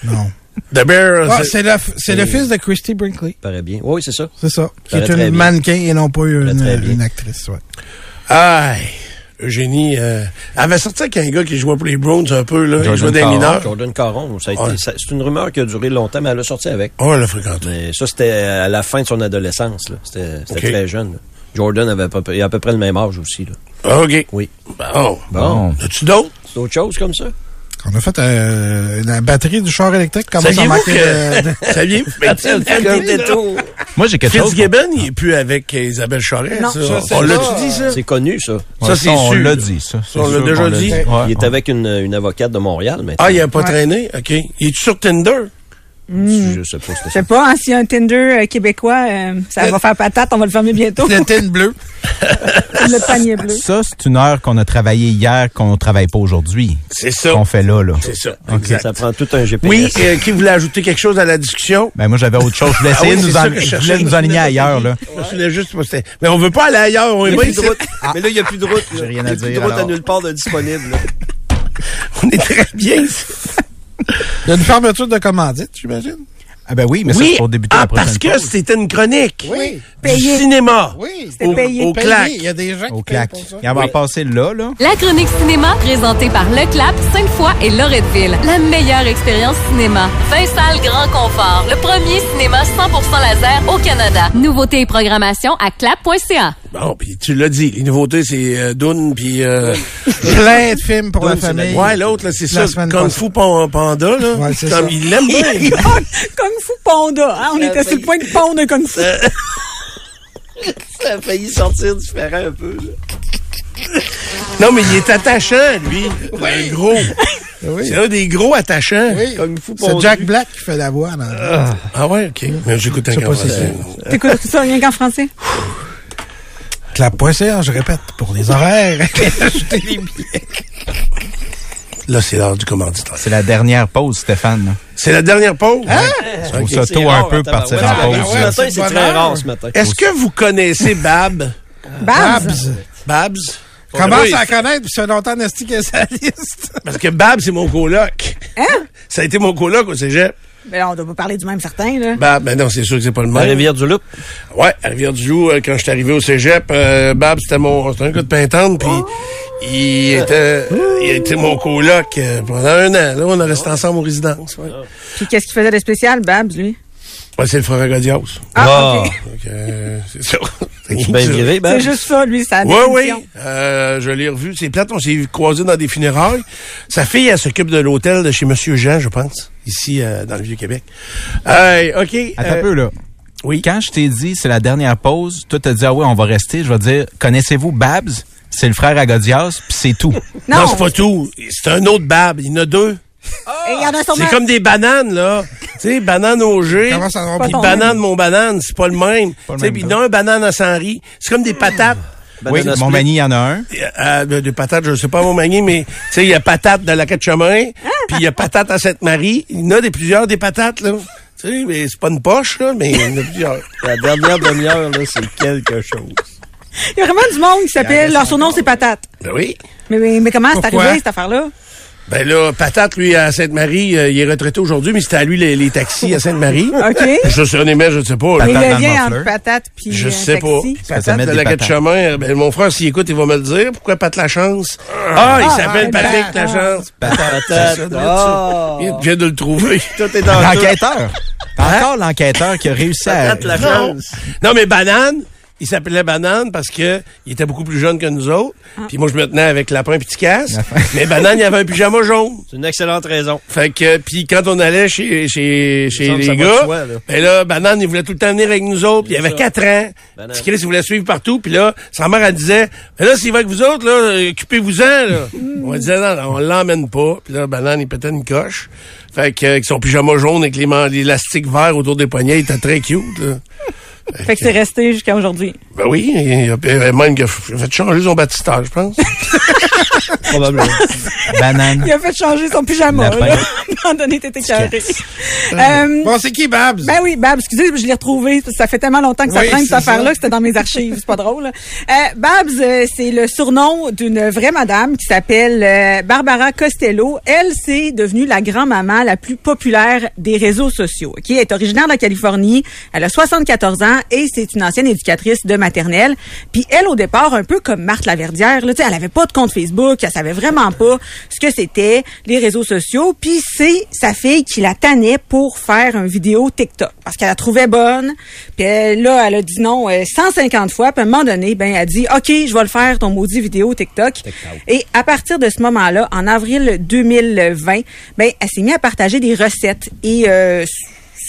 Speaker 5: non.
Speaker 1: The Bear,
Speaker 5: Ah,
Speaker 1: c'est-
Speaker 5: c'est le, f- c'est le fils de Christy Brinkley.
Speaker 2: Paraît bien. Oui, c'est ça.
Speaker 5: C'est ça. Qui est
Speaker 2: paraît très
Speaker 5: une
Speaker 2: bien.
Speaker 5: mannequin et non pas une,
Speaker 2: paraît bien.
Speaker 5: une actrice. Ouais.
Speaker 1: Aïe. Eugénie, euh, elle avait sorti avec un gars qui jouait pour les Browns un peu, là. Il
Speaker 4: Jordan
Speaker 1: jouait des
Speaker 4: Caron.
Speaker 1: mineurs.
Speaker 2: Jordan Caron. ça a été-
Speaker 1: Ouais.
Speaker 2: ça- c'est une rumeur qui a duré longtemps, mais elle a sorti avec.
Speaker 1: Oh, elle l'a fréquenté.
Speaker 2: Mais ça, c'était à la fin de son adolescence. là. C'était c'était
Speaker 1: Ok.
Speaker 2: très jeune. là. Jordan avait à peu, près- il a à peu près le même âge aussi. Là.
Speaker 1: Ah, OK.
Speaker 2: Oui.
Speaker 1: Bon.
Speaker 2: Bon.
Speaker 1: As-tu d'autres?
Speaker 2: C'est autre chose comme ça?
Speaker 5: On a fait euh, la batterie du char électrique.
Speaker 1: Ah,
Speaker 5: Comment ça
Speaker 1: Saviez-vous
Speaker 5: manquait de- de-
Speaker 1: que... <laughs> Saviez-vous? Ben, tu sais, le
Speaker 2: Fais des
Speaker 1: fréquenté, là.
Speaker 2: détours.
Speaker 4: Moi, j'ai quelque chose.
Speaker 1: Fitzgibbon, il est plus avec Isabelle Charest.
Speaker 3: Non,
Speaker 1: ça.
Speaker 3: ça,
Speaker 1: On l'a-tu dit, ça?
Speaker 2: C'est connu, ça.
Speaker 1: Ça, c'est
Speaker 4: on
Speaker 1: sûr.
Speaker 4: l'a dit, ça. C'est
Speaker 1: on l'a
Speaker 4: sûr
Speaker 1: déjà
Speaker 4: qu'on l'a
Speaker 1: dit.
Speaker 4: Ouais.
Speaker 2: Il est avec une, une avocate de Montréal maintenant.
Speaker 1: Ah, il a pas traîné? OK. Il est sur Tinder?
Speaker 2: Je sais pas.
Speaker 3: Je
Speaker 2: c'était-
Speaker 3: sais pas, hein, s'il y a un Tinder euh, québécois, euh, ça va faire patate, on va le fermer bientôt.
Speaker 5: de teinte bleue?
Speaker 3: <laughs> le panier
Speaker 1: <laughs>
Speaker 3: bleu.
Speaker 4: Ça, c'est une heure qu'on a travaillé hier, qu'on ne travaille pas aujourd'hui.
Speaker 1: C'est ça.
Speaker 4: Qu'on fait là, là.
Speaker 1: <laughs> C'est ça.
Speaker 2: Ça
Speaker 1: Exact.
Speaker 2: prend tout un GPS.
Speaker 1: Oui, euh, qui voulait ajouter quelque chose à la discussion?
Speaker 4: Ben, moi, j'avais autre chose. Je voulais
Speaker 1: Ah oui,
Speaker 4: essayer de
Speaker 1: c'est
Speaker 4: nous,
Speaker 1: ça
Speaker 4: en-
Speaker 1: que je
Speaker 4: je
Speaker 1: cherchais.
Speaker 4: voulais nous aligner ailleurs, là.
Speaker 1: Je voulais juste poster. Mais on veut pas aller ailleurs, on est
Speaker 2: Il y a
Speaker 1: bien
Speaker 2: plus de
Speaker 1: ici. Ah.
Speaker 2: route. Mais là, il n'y a plus de route. là.
Speaker 4: J'ai rien à
Speaker 2: Il y a plus
Speaker 4: dire,
Speaker 2: de route à
Speaker 4: alors.
Speaker 2: nulle part de disponible. là.
Speaker 1: <laughs> On est très bien ici.
Speaker 5: Il y a une fermeture de commandite, j'imagine.
Speaker 4: Ah, ben oui, mais ça,
Speaker 1: Oui.
Speaker 4: c'est pour débuter
Speaker 1: ah,
Speaker 4: la prochaine
Speaker 1: parce que
Speaker 4: pause.
Speaker 1: c'était une chronique.
Speaker 5: Oui.
Speaker 1: Du
Speaker 3: Payé.
Speaker 1: cinéma.
Speaker 5: Oui.
Speaker 3: C'était
Speaker 1: Au-
Speaker 3: payé.
Speaker 1: Au
Speaker 5: Payé.
Speaker 1: clac.
Speaker 5: Il y a des gens
Speaker 4: Au
Speaker 5: qui payent
Speaker 4: clac.
Speaker 5: pour ça.
Speaker 4: Et on va passer là, là.
Speaker 7: La chronique cinéma, présentée par Le Clap, Sainte-Foy et Loretteville. La meilleure expérience cinéma. 20 salles grand confort. Le premier cinéma 100% laser au Canada. Nouveautés et programmation à clap.ca.
Speaker 1: Bon, puis tu l'as dit. Les nouveautés, c'est euh, Dune, puis... euh,
Speaker 5: Plein de films pour la
Speaker 2: Donc, c'est la-
Speaker 5: famille.
Speaker 1: ouais, l'autre, là, c'est
Speaker 5: La
Speaker 1: ça.
Speaker 5: semaine
Speaker 1: Kung
Speaker 5: passée.
Speaker 1: Fu Pan- Panda, là.
Speaker 5: Ouais, c'est
Speaker 1: Comme
Speaker 5: ça.
Speaker 1: il l'aime
Speaker 3: <laughs>
Speaker 5: <laughs>
Speaker 1: bien.
Speaker 3: Kung Fu Panda. hein, on
Speaker 1: Ah,
Speaker 3: était sur le point de pondre un Kung Fu.
Speaker 1: Euh.
Speaker 2: Ça a failli sortir différent un peu. là.
Speaker 1: <laughs> Non, mais il est attachant, lui. Un gros.
Speaker 5: Oui.
Speaker 1: C'est un des gros attachants.
Speaker 5: Oui.
Speaker 2: Comme il faut
Speaker 5: C'est
Speaker 2: pondu.
Speaker 5: Jack Black qui fait la voix. dans-
Speaker 1: Ah ouais, OK. Mais J'écoute un
Speaker 5: Je Hum. sais pas si
Speaker 1: cancer.
Speaker 3: T'écoutes ça rien qu'en français?
Speaker 5: Clap.ca, je répète, pour les horaires. Ajoutez les billets.
Speaker 1: Là, c'est l'heure du commanditaire.
Speaker 4: C'est la dernière pause, Stéphane.
Speaker 1: C'est la dernière pause.
Speaker 5: Hein?
Speaker 4: Je trouve ça tôt un peu partir en pause.
Speaker 2: Ce
Speaker 5: ouais,
Speaker 2: matin,
Speaker 5: c'est
Speaker 2: c'est
Speaker 5: pas
Speaker 2: très
Speaker 5: rare.
Speaker 2: rare ce matin.
Speaker 1: Est-ce que vous connaissez Bab?
Speaker 3: Babs.
Speaker 1: Euh, Babs?
Speaker 5: <laughs> Commence
Speaker 1: Oui,
Speaker 5: à connaître, puis ça fait longtemps Nasty qu'elle est sa liste.
Speaker 1: Parce que Bab, c'est mon coloc.
Speaker 3: Hein?
Speaker 1: Ça a été mon coloc au cégep.
Speaker 3: Mais là, on doit pas parler du même certain, là.
Speaker 1: Bab, ben non, c'est sûr que c'est pas le
Speaker 2: La
Speaker 1: même.
Speaker 2: Rivière-du-Loup.
Speaker 1: Ouais, à Rivière-du-Loup, euh, quand je suis arrivé au cégep, euh, Bab, c'était mon, c'était un gars de Pintante, puis il
Speaker 4: Oh!
Speaker 1: était, il était mon coloc euh, pendant un an. Là, on a resté ensemble aux résidences.
Speaker 4: Ah.
Speaker 1: Ouais,
Speaker 3: Puis qu'est-ce qu'il faisait de spécial, Babs, lui?
Speaker 1: Ouais, c'est le frère Godios.
Speaker 3: Ah,
Speaker 2: Ah.
Speaker 3: OK.
Speaker 1: Donc,
Speaker 4: <laughs>
Speaker 1: euh, c'est ça.
Speaker 2: Tu bien viré, ben.
Speaker 3: <laughs> C'est juste ça, lui, ça.
Speaker 1: Oui, oui. Euh, je l'ai revu. C'est plate, on s'est croisé dans des funérailles. Sa fille, elle s'occupe de l'hôtel de chez Monsieur Jean, je pense, ici, euh, dans le Vieux-Québec. Hey, OK.
Speaker 4: Attends
Speaker 1: euh,
Speaker 4: un peu, là.
Speaker 1: oui.
Speaker 4: Quand je t'ai dit c'est la dernière pause, toi t'as dit ah ouais, on va rester, je vais te dire connaissez-vous Babs? C'est le frère Agodias, puis c'est tout.
Speaker 3: Non,
Speaker 1: c'est pas tout. C'est un autre bab. Il y en a deux.
Speaker 3: il y en a sûrement.
Speaker 1: C'est comme des bananes, là. tu sais, banane au G.
Speaker 5: Commence à avoir
Speaker 1: Puis
Speaker 3: ton
Speaker 1: banane, mon banane, c'est pas le même.
Speaker 4: pas le
Speaker 1: Tu sais,
Speaker 4: même,
Speaker 1: puis il y
Speaker 4: non.
Speaker 1: en a un banane à Saint-Ri. C'est comme des patates.
Speaker 4: oui,
Speaker 2: Banana
Speaker 4: mon
Speaker 2: split.
Speaker 4: mani, il y en a un.
Speaker 1: Euh, euh, des patates, je sais pas mon manier, mais tu sais, il y a patate dans la quatre chemins, puis il y a patate à Sainte-Marie. Il y en a des plusieurs des patates, là. Tu sais, mais c'est pas une poche, là, mais il y en a plusieurs.
Speaker 2: La dernière demi-heure, là, c'est quelque chose.
Speaker 3: Il y a vraiment du monde qui s'appelle. Leur surnom, c'est Patate.
Speaker 1: Ben oui.
Speaker 3: Mais, mais, mais comment c'est
Speaker 5: Pourquoi?
Speaker 3: arrivé, cette affaire-là?
Speaker 1: Ben là, Patate, lui, à Sainte-Marie, euh, il est retraité aujourd'hui, mais c'était à lui les, les taxis à Sainte-Marie.
Speaker 3: OK.
Speaker 1: Je sais, on est je sais pas. là.
Speaker 3: Mais
Speaker 4: Patate
Speaker 3: le
Speaker 4: dans le
Speaker 3: lien entre
Speaker 4: muffler.
Speaker 3: Patate puis
Speaker 1: Je
Speaker 3: euh,
Speaker 1: sais pas.
Speaker 3: taxi.
Speaker 4: Parce que ça
Speaker 1: Patate
Speaker 4: met
Speaker 1: de
Speaker 4: des
Speaker 1: la quatre
Speaker 4: patates.
Speaker 1: chemins. Ben, mon frère, s'il écoute, il va me le dire. Pourquoi Pat Lachance? Ah, il s'appelle
Speaker 5: ah,
Speaker 1: Patrick
Speaker 5: Pat.
Speaker 1: Lachance.
Speaker 4: <laughs>
Speaker 2: Patate. Ah.
Speaker 1: Il vient de le trouver. <laughs>
Speaker 2: Tout est dans
Speaker 4: L'enquêteur. T'as Encore l'enquêteur qui a réussi à. <laughs>
Speaker 2: Patate, la
Speaker 1: Non.
Speaker 2: chance.
Speaker 1: Non, mais Banane, il s'appelait Banane parce que il était beaucoup plus jeune que nous autres. Puis moi, je me tenais avec Lapin Petit Casse. mais Banane, il avait un pyjama jaune.
Speaker 2: C'est une excellente raison.
Speaker 1: Fait que, puis quand on allait chez, chez, chez
Speaker 2: semble que
Speaker 1: les
Speaker 2: ça va
Speaker 1: gars,
Speaker 2: de soi, là.
Speaker 1: ben là, Banane, il voulait tout le temps venir avec nous autres. Puis il avait quatre ans.
Speaker 2: Banane.
Speaker 1: Petit Chris, il voulait suivre partout. Puis là, sa mère, elle disait, mais là, s'il va avec vous autres, là, occupez-vous-en, là.
Speaker 5: Mm.
Speaker 1: on disait, non, non, on l'emmène pas. Puis là, Banane, il pétait une coche. Fait que, avec son pyjama jaune, avec les man- l'élastique vert autour des poignets, il était très cute, là.
Speaker 3: Fait que c'est resté jusqu'à aujourd'hui.
Speaker 1: Ben oui, il a, il a même que- il a fait changer son baptisteur, je pense.
Speaker 2: Probablement.
Speaker 4: Banane.
Speaker 3: <laughs> Il a fait changer son pyjama,
Speaker 4: Lapin.
Speaker 3: <laughs> là. À un moment donné, t'étais carré. <laughs> Euh,
Speaker 5: <laughs> Bon, c'est qui, Babs?
Speaker 3: Ben oui, Babs, excusez, je l'ai retrouvé. parce que Ça fait tellement longtemps que ça
Speaker 5: Oui,
Speaker 3: traîne
Speaker 5: c'est
Speaker 3: cette affaire-là
Speaker 5: ça.
Speaker 3: que c'était dans mes archives. C'est pas drôle. là. Euh, Babs, euh, c'est le surnom d'une vraie madame qui s'appelle euh, Barbara Costello. Elle, c'est devenue la grand-maman la plus populaire des réseaux sociaux. Qui est originaire de la Californie. Elle a 74 ans et c'est une ancienne éducatrice de maternelle. Puis elle, au départ, un peu comme Marthe Laverdière, là, tu sais, elle avait pas de compte Facebook, elle savait vraiment pas ce que c'était les réseaux sociaux. Puis c'est sa fille qui la tannait pour faire une vidéo TikTok parce qu'elle la trouvait bonne. Puis elle, là, elle a dit non euh, 150 fois. Puis à un moment donné, ben elle a dit ok, je vais le faire ton maudit vidéo TikTok. Et à partir de ce moment-là, en avril 2020, ben elle s'est mise à partager des recettes et euh,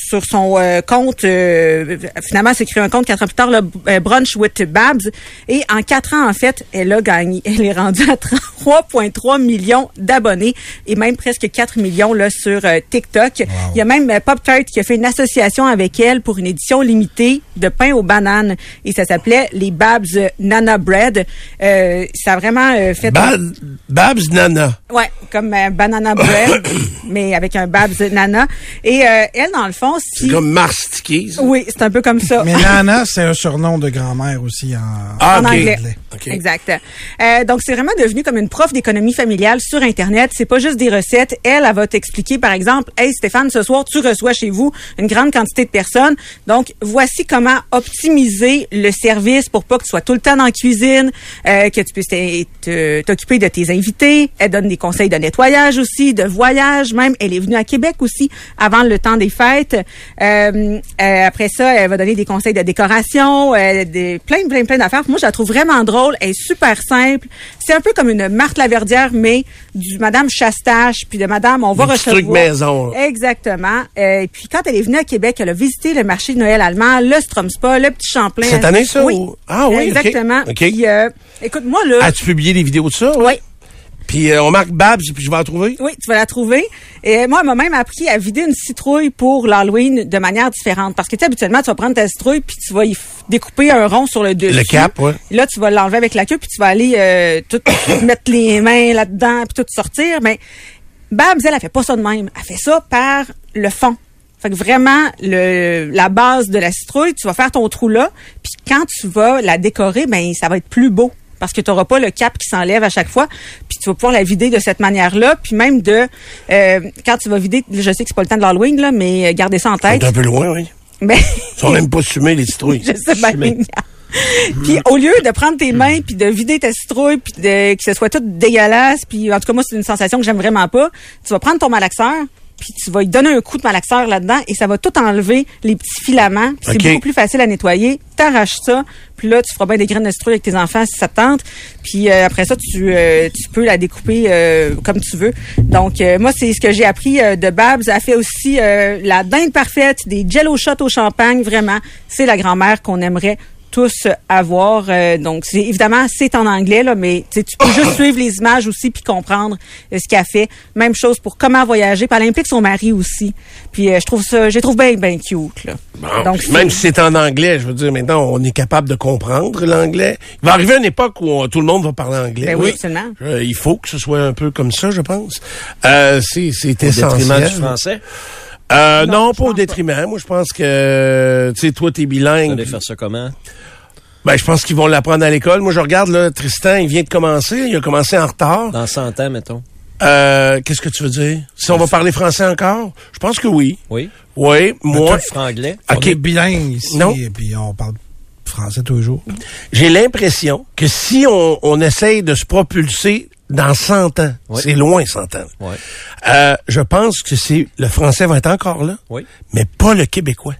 Speaker 3: sur son euh, compte, euh, finalement, elle s'est créé un compte quatre ans plus tard, le euh, Brunch with Babs. Et en quatre ans, en fait, elle a gagné. <laughs> Elle est rendue à 3,3 millions d'abonnés et même presque 4 millions là, sur euh, TikTok. Il y a même euh, Pop-Tart qui a fait une association avec elle pour une édition limitée de pain aux bananes. Et ça s'appelait les Babs Nana Bread. Euh, ça a vraiment euh, fait...
Speaker 1: Bad- Babs Nana.
Speaker 3: Ouais, comme euh,
Speaker 1: <coughs>
Speaker 3: Banana Bread, mais avec un Babs Nana. Et euh, elle, dans le fond, si...
Speaker 1: C'est comme Mars Tiki, ça.
Speaker 3: Oui, c'est un peu comme ça.
Speaker 5: Mais Nana, c'est un surnom de grand-mère aussi en...
Speaker 1: Ah,
Speaker 3: <laughs> en
Speaker 1: ok.
Speaker 3: anglais.
Speaker 1: Ok.
Speaker 3: Exact. Euh, donc, c'est vraiment devenu comme une prof d'économie familiale sur Internet. C'est pas juste des recettes. Elle, elle va t'expliquer, par exemple, « Hey, Stéphane, ce soir, tu reçois chez vous une grande quantité de personnes. Donc, voici comment optimiser le service pour pas que tu sois tout le temps en cuisine, euh, que tu puisses t'é- te- t'occuper de tes invités. » Elle donne des conseils de nettoyage aussi, de voyage même. Elle est venue à Québec aussi avant le temps des fêtes. Euh, euh, après ça, elle va donner des conseils de décoration, euh, des, plein, plein, plein d'affaires. Moi, je la trouve vraiment drôle. Elle est super simple. C'est un peu comme une Marthe Laverdière, mais du Madame Chastache, puis de Madame, on va
Speaker 1: Des petits
Speaker 3: recevoir.
Speaker 1: trucs maison, là.
Speaker 3: Exactement. Euh, et puis, quand elle est venue à Québec, elle a visité le marché de Noël allemand, le Strom Spa, le Petit Champlain.
Speaker 1: Cette année, ça,
Speaker 3: Oui.
Speaker 1: ou- Ah oui, ok.
Speaker 3: Exactement.
Speaker 1: Ok.
Speaker 3: Puis, euh, écoute, moi, là...
Speaker 1: As-tu publié des vidéos de ça? ouais?
Speaker 3: Oui.
Speaker 1: Puis euh, on marque Babs, puis je vais la trouver.
Speaker 3: Oui, tu vas la trouver. Et moi, elle m'a même appris à vider une citrouille pour l'Halloween de manière différente. Parce que, tu sais, habituellement, tu vas prendre ta citrouille, puis tu vas y f- découper un rond sur le dessus.
Speaker 1: Le cap, ouais.
Speaker 3: Là, tu vas l'enlever avec la queue, puis tu vas aller euh, tout <coughs> mettre les mains là-dedans, puis tout sortir. Mais Babs, elle, elle fait pas ça de même. Elle fait ça par le fond. Fait que vraiment, le, la base de la citrouille, tu vas faire ton trou là, puis quand tu vas la décorer, ben ça va être plus beau parce que tu n'auras pas le cap qui s'enlève à chaque fois, puis tu vas pouvoir la vider de cette manière-là, puis même de euh, quand tu vas vider, je sais que c'est pas le temps de l'Halloween là, mais euh, gardez ça en
Speaker 1: C'est
Speaker 3: tête.
Speaker 1: un peu loin, oui.
Speaker 3: <laughs> Mais
Speaker 1: Ils sont même pas sumés, les citrouilles.
Speaker 3: je sais <laughs> pas. Puis au lieu de prendre tes mains puis de vider ta citrouille puis de, que ce soit tout dégueulasse puis en tout cas moi c'est une sensation que j'aime vraiment pas, tu vas prendre ton malaxeur puis tu vas y donner un coup de malaxeur là-dedans et ça va tout enlever les petits filaments. Puis
Speaker 1: OK.
Speaker 3: C'est beaucoup plus facile à nettoyer. T'arraches ça, puis là tu feras bien des graines de citrouille avec tes enfants si ça te tente. Puis euh, après ça tu euh, tu peux la découper euh, comme tu veux. Donc euh, moi c'est ce que j'ai appris euh, de Babs. Elle fait aussi euh, la dinde parfaite, des jello shots au champagne vraiment. C'est la grand-mère qu'on aimerait tous avoir. Euh, donc, c'est, évidemment, c'est en anglais, là, mais tu sais, tu peux juste suivre les images aussi puis comprendre euh, ce qu'elle fait. Même chose pour comment voyager. Puis elle implique son mari aussi. Puis euh, je trouve ça, je les trouve bien, bien cute. Là.
Speaker 1: Bon,
Speaker 3: donc,
Speaker 1: Ah, puis même si c'est en anglais, je veux dire, maintenant, on est capable de comprendre l'anglais. Il va arriver une époque où on- tout le monde va parler anglais.
Speaker 3: Ben oui, absolument.
Speaker 1: Euh, il faut que ce soit un peu comme ça, je pense. Euh, c'est, c'est
Speaker 2: Au détriment
Speaker 1: essentiel.
Speaker 2: du français.
Speaker 1: Euh, non,
Speaker 3: Non, je
Speaker 1: pas au
Speaker 3: pense
Speaker 1: détriment. Moi, je pense que, tu sais, toi, t'es
Speaker 2: Vous
Speaker 1: bilingue.
Speaker 2: allez faire ça comment?
Speaker 1: Ben, je pense qu'ils vont l'apprendre à l'école. Moi, je regarde, là, Tristan, il vient de commencer. Il a commencé en retard.
Speaker 2: Dans 100 ans, mettons.
Speaker 1: Euh, qu'est-ce que tu veux dire? Si on va parler français encore? Je pense que oui.
Speaker 2: Oui.
Speaker 1: Oui, moi.
Speaker 2: Toi, le franglais.
Speaker 5: On est
Speaker 1: OK.
Speaker 5: bilingue ici,
Speaker 1: Non.
Speaker 5: et puis on parle français tous les jours.
Speaker 1: J'ai l'impression que si on, on essaye de se propulser dans 100 ans,
Speaker 2: Oui.
Speaker 1: c'est loin 100 ans.
Speaker 2: Oui.
Speaker 1: Euh, je pense que c'est le français va être encore là,
Speaker 2: Oui.
Speaker 1: mais pas le québécois.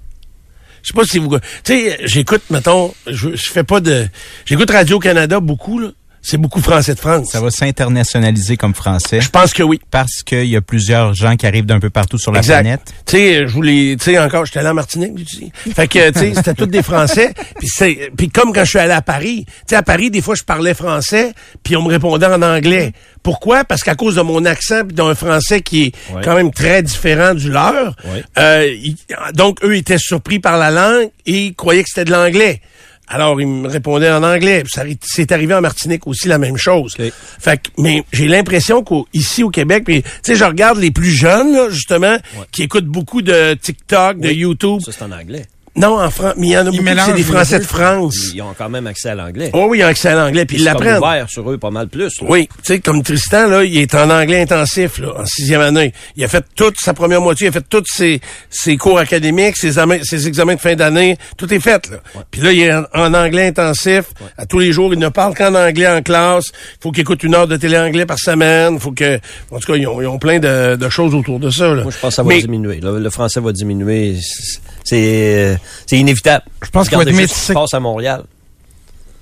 Speaker 1: Je sais pas si vous, tu sais, j'écoute mettons, je, je fais pas de, j'écoute Radio Canada beaucoup là. C'est beaucoup français de France.
Speaker 4: Ça va s'internationaliser comme français
Speaker 1: Je pense que oui.
Speaker 4: parce qu'il y a plusieurs gens qui arrivent d'un peu partout sur la
Speaker 1: exact.
Speaker 4: planète.
Speaker 1: Tu sais, je voulais, tu sais, encore, j'étais allé en Martinique, tu sais. Fait que,
Speaker 4: <laughs>
Speaker 1: tu sais, c'était tous des Français. Puis c'est, puis comme quand je suis allé à Paris, tu sais, à Paris, des fois, je parlais français, puis on me répondait en anglais. Pourquoi? Parce qu'à cause de mon accent, puis d'un français qui est
Speaker 2: Ouais.
Speaker 1: quand même très différent du leur,
Speaker 2: Ouais.
Speaker 1: euh, ils- donc eux étaient surpris par la langue et ils croyaient que c'était de l'anglais. Alors, ils me répondaient en anglais. Puis ça arri- C'est arrivé en Martinique aussi la même chose.
Speaker 2: Ok.
Speaker 1: Fait que, mais j'ai l'impression qu'ici au Québec, puis tu sais, je regarde les plus jeunes, là, justement, qui écoutent beaucoup de TikTok, de YouTube.
Speaker 2: Ça, c'est en anglais.
Speaker 1: Non, en France, mais il y en a beaucoup,
Speaker 5: mélangent
Speaker 1: Ah, c'est des
Speaker 5: les
Speaker 1: Français
Speaker 5: deux.
Speaker 1: de France.
Speaker 2: Ils ont quand même accès à l'anglais.
Speaker 1: Oh oui, ils ont accès à l'anglais, puis ils
Speaker 2: C'est comme
Speaker 1: l'apprennent.
Speaker 2: ouvert sur eux pas mal plus. là.
Speaker 1: Oui, tu sais, comme Tristan, là, il est en anglais intensif, là, en sixième année. Il a fait toute sa première moitié, il a fait tous ses, ses cours académiques, ses, amè- ses examens de fin d'année, tout est fait, là. Puis là, il est en, en anglais intensif. À tous les jours, il ne parle qu'en anglais en classe. Il faut qu'il écoute une heure de télé anglais par semaine. faut que... En tout cas, ils ont, ils ont plein de, de choses autour de ça, là.
Speaker 2: Moi, je pense que ça va
Speaker 1: Mais-
Speaker 2: diminuer. Le, le français va diminuer. C'est- C'est euh, c'est inévitable. Je
Speaker 5: pense qu'il va
Speaker 2: Regardez
Speaker 5: être
Speaker 2: juste ce qui se
Speaker 5: métissé.
Speaker 2: passe à Montréal.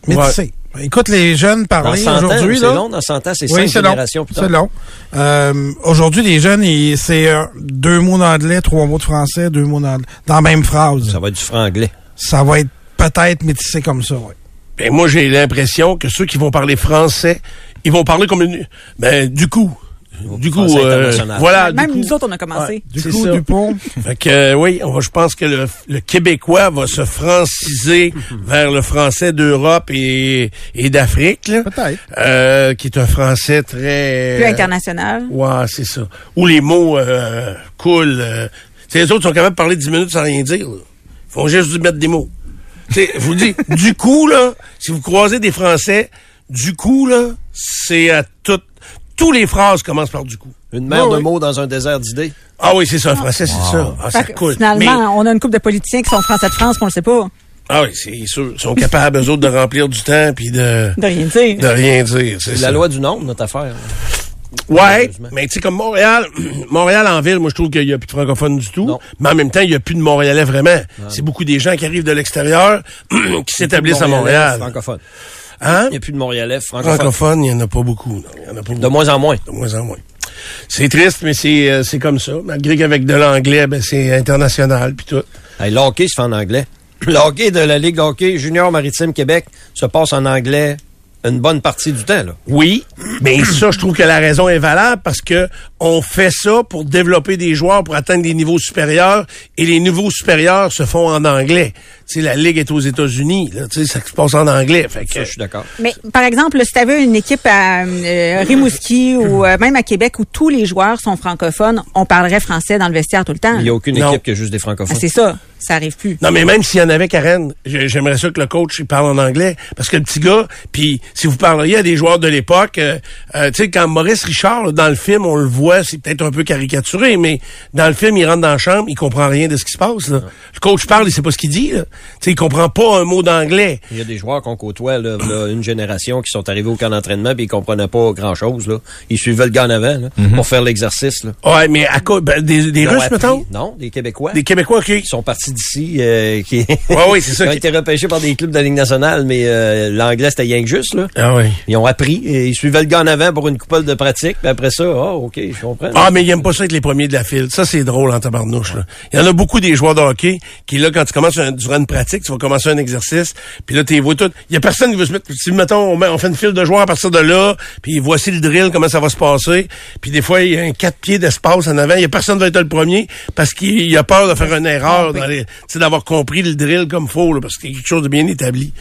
Speaker 5: Mais
Speaker 1: Ouais.
Speaker 5: tu sais, écoute les jeunes
Speaker 2: Dans
Speaker 5: parler
Speaker 2: 100 ans,
Speaker 5: aujourd'hui.
Speaker 2: c'est
Speaker 5: là.
Speaker 2: long. Dans 100 ans, c'est
Speaker 5: Oui,
Speaker 2: 5
Speaker 5: c'est long.
Speaker 2: générations plus tard.
Speaker 5: C'est long. Euh, aujourd'hui, les jeunes, ils- c'est euh, deux mots d'anglais, trois mots de français, deux mots d'anglais. Dans la même phrase.
Speaker 2: Ça va être du franglais.
Speaker 5: Ça va être peut-être métissé comme ça, oui.
Speaker 1: Ben, moi, j'ai l'impression que ceux qui vont parler français, ils vont parler comme une... Ben, du coup... Du coup,
Speaker 2: Français
Speaker 1: euh,
Speaker 2: international.
Speaker 1: voilà. du
Speaker 3: même
Speaker 1: coup-
Speaker 3: nous autres, on a commencé.
Speaker 1: Ouais,
Speaker 5: Du
Speaker 1: c'est
Speaker 5: coup,
Speaker 1: ça.
Speaker 5: Dupont,
Speaker 1: <laughs> Fait que euh, oui, on va- je pense que le, le Québécois va se
Speaker 3: <laughs>
Speaker 1: franciser vers le français d'Europe et, et d'Afrique, là.
Speaker 5: Peut-être.
Speaker 1: Euh, qui est un français très
Speaker 3: Plus international.
Speaker 1: Euh, Ouais, c'est ça. Où les mots euh, coulent. euh. Tu sais, les autres sont capables de parler 10 minutes sans rien dire. là. Ils font juste mettre des mots. Tu sais, je vous le
Speaker 3: <laughs>
Speaker 1: dis, du coup, là, si vous croisez des Français, du coup, là, c'est à tout. Tous les phrases commencent par du coup.
Speaker 2: Une mer
Speaker 1: Ouais,
Speaker 2: de
Speaker 1: ouais.
Speaker 2: mots dans un désert d'idées.
Speaker 1: Ah oui, c'est ça, un français, c'est ça. Ah, ça
Speaker 3: Fait que
Speaker 1: coule.
Speaker 3: finalement,
Speaker 1: Mais-
Speaker 3: on a une couple de politiciens qui sont français de France qu'on le sait pas,
Speaker 1: Ah oui, c'est sûr. Ils sont capables, eux autres, de remplir du temps puis de,
Speaker 3: de rien dire.
Speaker 1: de rien dire. C'est
Speaker 2: La
Speaker 1: ça.
Speaker 2: loi du nombre, notre affaire.
Speaker 1: Ouais, mais tu sais, comme Montréal, <clears throat> Montréal en ville, moi, je trouve qu'il n'y a plus de francophones du tout.
Speaker 2: Non.
Speaker 1: Mais en même temps, il n'y a plus de Montréalais vraiment. C'est beaucoup des gens qui arrivent de l'extérieur <clears throat> qui s'établissent à
Speaker 2: Montréalais
Speaker 1: Montréal.
Speaker 2: Francophone.
Speaker 1: Hein?
Speaker 2: Il n'y a plus de Montréalais francophone.
Speaker 1: Francophones, il n'y en a pas beaucoup. non. Il y en a pas
Speaker 2: De
Speaker 1: beaucoup.
Speaker 2: moins en moins.
Speaker 1: De moins en moins. C'est triste, mais c'est euh, c'est comme ça. Malgré qu'avec de l'anglais, ben, c'est international puis tout.
Speaker 2: Hey, le hockey <clears throat> se fait en anglais. Le hockey de la Ligue de hockey junior maritime Québec se passe en anglais une bonne partie du temps. Là.
Speaker 1: Oui, mais ça, je trouve que la raison est valable parce que on fait ça pour développer des joueurs pour atteindre des niveaux supérieurs et les niveaux supérieurs se font en anglais. Tu sais, la ligue est aux États-Unis, là, tu sais, ça se passe en anglais. Fait que,
Speaker 2: Ça, je suis d'accord.
Speaker 3: Mais par exemple, si tu avais une équipe à euh, Rimouski ou euh, même à Québec où tous les joueurs sont francophones, on parlerait français dans le vestiaire tout le temps.
Speaker 2: Il n'y a aucune
Speaker 1: Non.
Speaker 2: équipe qui a juste des francophones.
Speaker 3: Ah, c'est ça, ça arrive plus.
Speaker 1: Non, mais même s'il y en avait, Karen, j'ai- j'aimerais ça que le coach il parle en anglais. Parce que le petit gars, puis si vous parleriez à des joueurs de l'époque, euh, euh, tu sais, quand Maurice Richard, là, dans le film, on le voit, c'est peut-être un peu caricaturé, mais dans le film, il rentre dans la chambre, il comprend rien de ce qui se passe. Là. Le coach parle, il sait pas ce qu'il dit. Là. Tu sais, il comprend pas un mot d'anglais.
Speaker 2: Il y a des joueurs qu'on côtoie, là, v'là une génération, qui sont arrivés au camp d'entraînement puis ils comprenaient pas grand-chose. là. Ils suivaient le gars en avant là, pour faire l'exercice. là.
Speaker 1: Ouais, mais à quoi? ben, des Mhm. des
Speaker 2: Ils ont
Speaker 1: Russes,
Speaker 2: appris-
Speaker 1: mettons?
Speaker 2: Non, des Québécois.
Speaker 1: Des Québécois, OK.
Speaker 2: qui sont partis d'ici, euh, qui,
Speaker 1: Ouais, ouais,
Speaker 2: <laughs>
Speaker 1: c'est ça
Speaker 2: qui ont
Speaker 1: qui-
Speaker 2: été repêchés par des clubs de la Ligue nationale, mais euh, l'anglais, c'était rien que juste. Là.
Speaker 1: Ah oui.
Speaker 2: Ils ont appris, et ils suivaient le gars en avant pour une coupole de pratique, puis après ça, oh, OK, je comprends.
Speaker 1: Ah, mais ils aiment pas ça être les premiers de la file. Ça, c'est drôle en tabarnouche. Là. Il y en a beaucoup des joueurs de hockey qui, là, quand tu commences un- durant une pratique, tu vas commencer un exercice, puis là, tu les vois tout. Il y a personne qui veut se mettre... Si, mettons, on, met- on fait une file de joueurs à partir de là, puis voici le drill, comment ça va se passer. Puis des fois, il y a un quatre pieds d'espace en avant. Il y a personne qui va être le premier parce qu'il il a peur de faire une erreur, dans les- tu sais, d'avoir compris le drill comme faut, là, parce qu'il y a quelque chose de bien établi.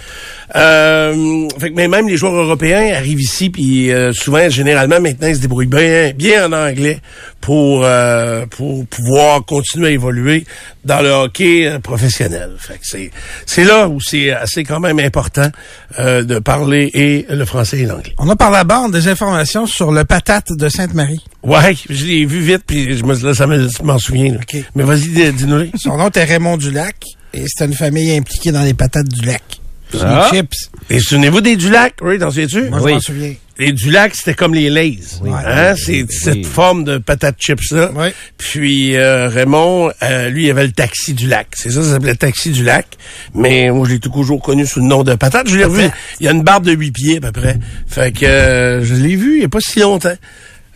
Speaker 1: Euh, fait que mais même les joueurs européens arrivent ici, puis euh, souvent, généralement, maintenant, ils se débrouillent bien, bien en anglais pour euh, pour pouvoir continuer à évoluer dans le hockey euh, professionnel. Fait que c'est c'est là où c'est assez quand même important euh, de parler et le français et l'anglais.
Speaker 5: On a par la bande des informations sur le patate de Sainte-Marie.
Speaker 1: Ouais, je l'ai vu vite, puis je me là, ça me- je m'en souviens. là.
Speaker 5: OK.
Speaker 1: Mais vas-y, dis- dis-nous.
Speaker 5: Son nom était Raymond Dulac et c'était une famille impliquée dans les patates du lac. Sur
Speaker 2: Ah.
Speaker 5: Les chips.
Speaker 1: Et souvenez-vous des Dulac, oui, t'en souviens-tu?
Speaker 5: Moi,
Speaker 2: Oui.
Speaker 5: je m'en souviens.
Speaker 1: Les Dulac, c'était comme les Lays. hein? C'est cette forme de patate chips-là.
Speaker 5: Oui.
Speaker 1: Puis euh, Raymond, euh, lui, il avait le taxi du lac. C'est ça, ça s'appelait le taxi du lac. Mais moi, je l'ai toujours connu sous le nom de patate. Je l'ai revu. Il a une barbe de huit pieds, à peu près. Fait que euh, je l'ai vu il n'y a pas si longtemps.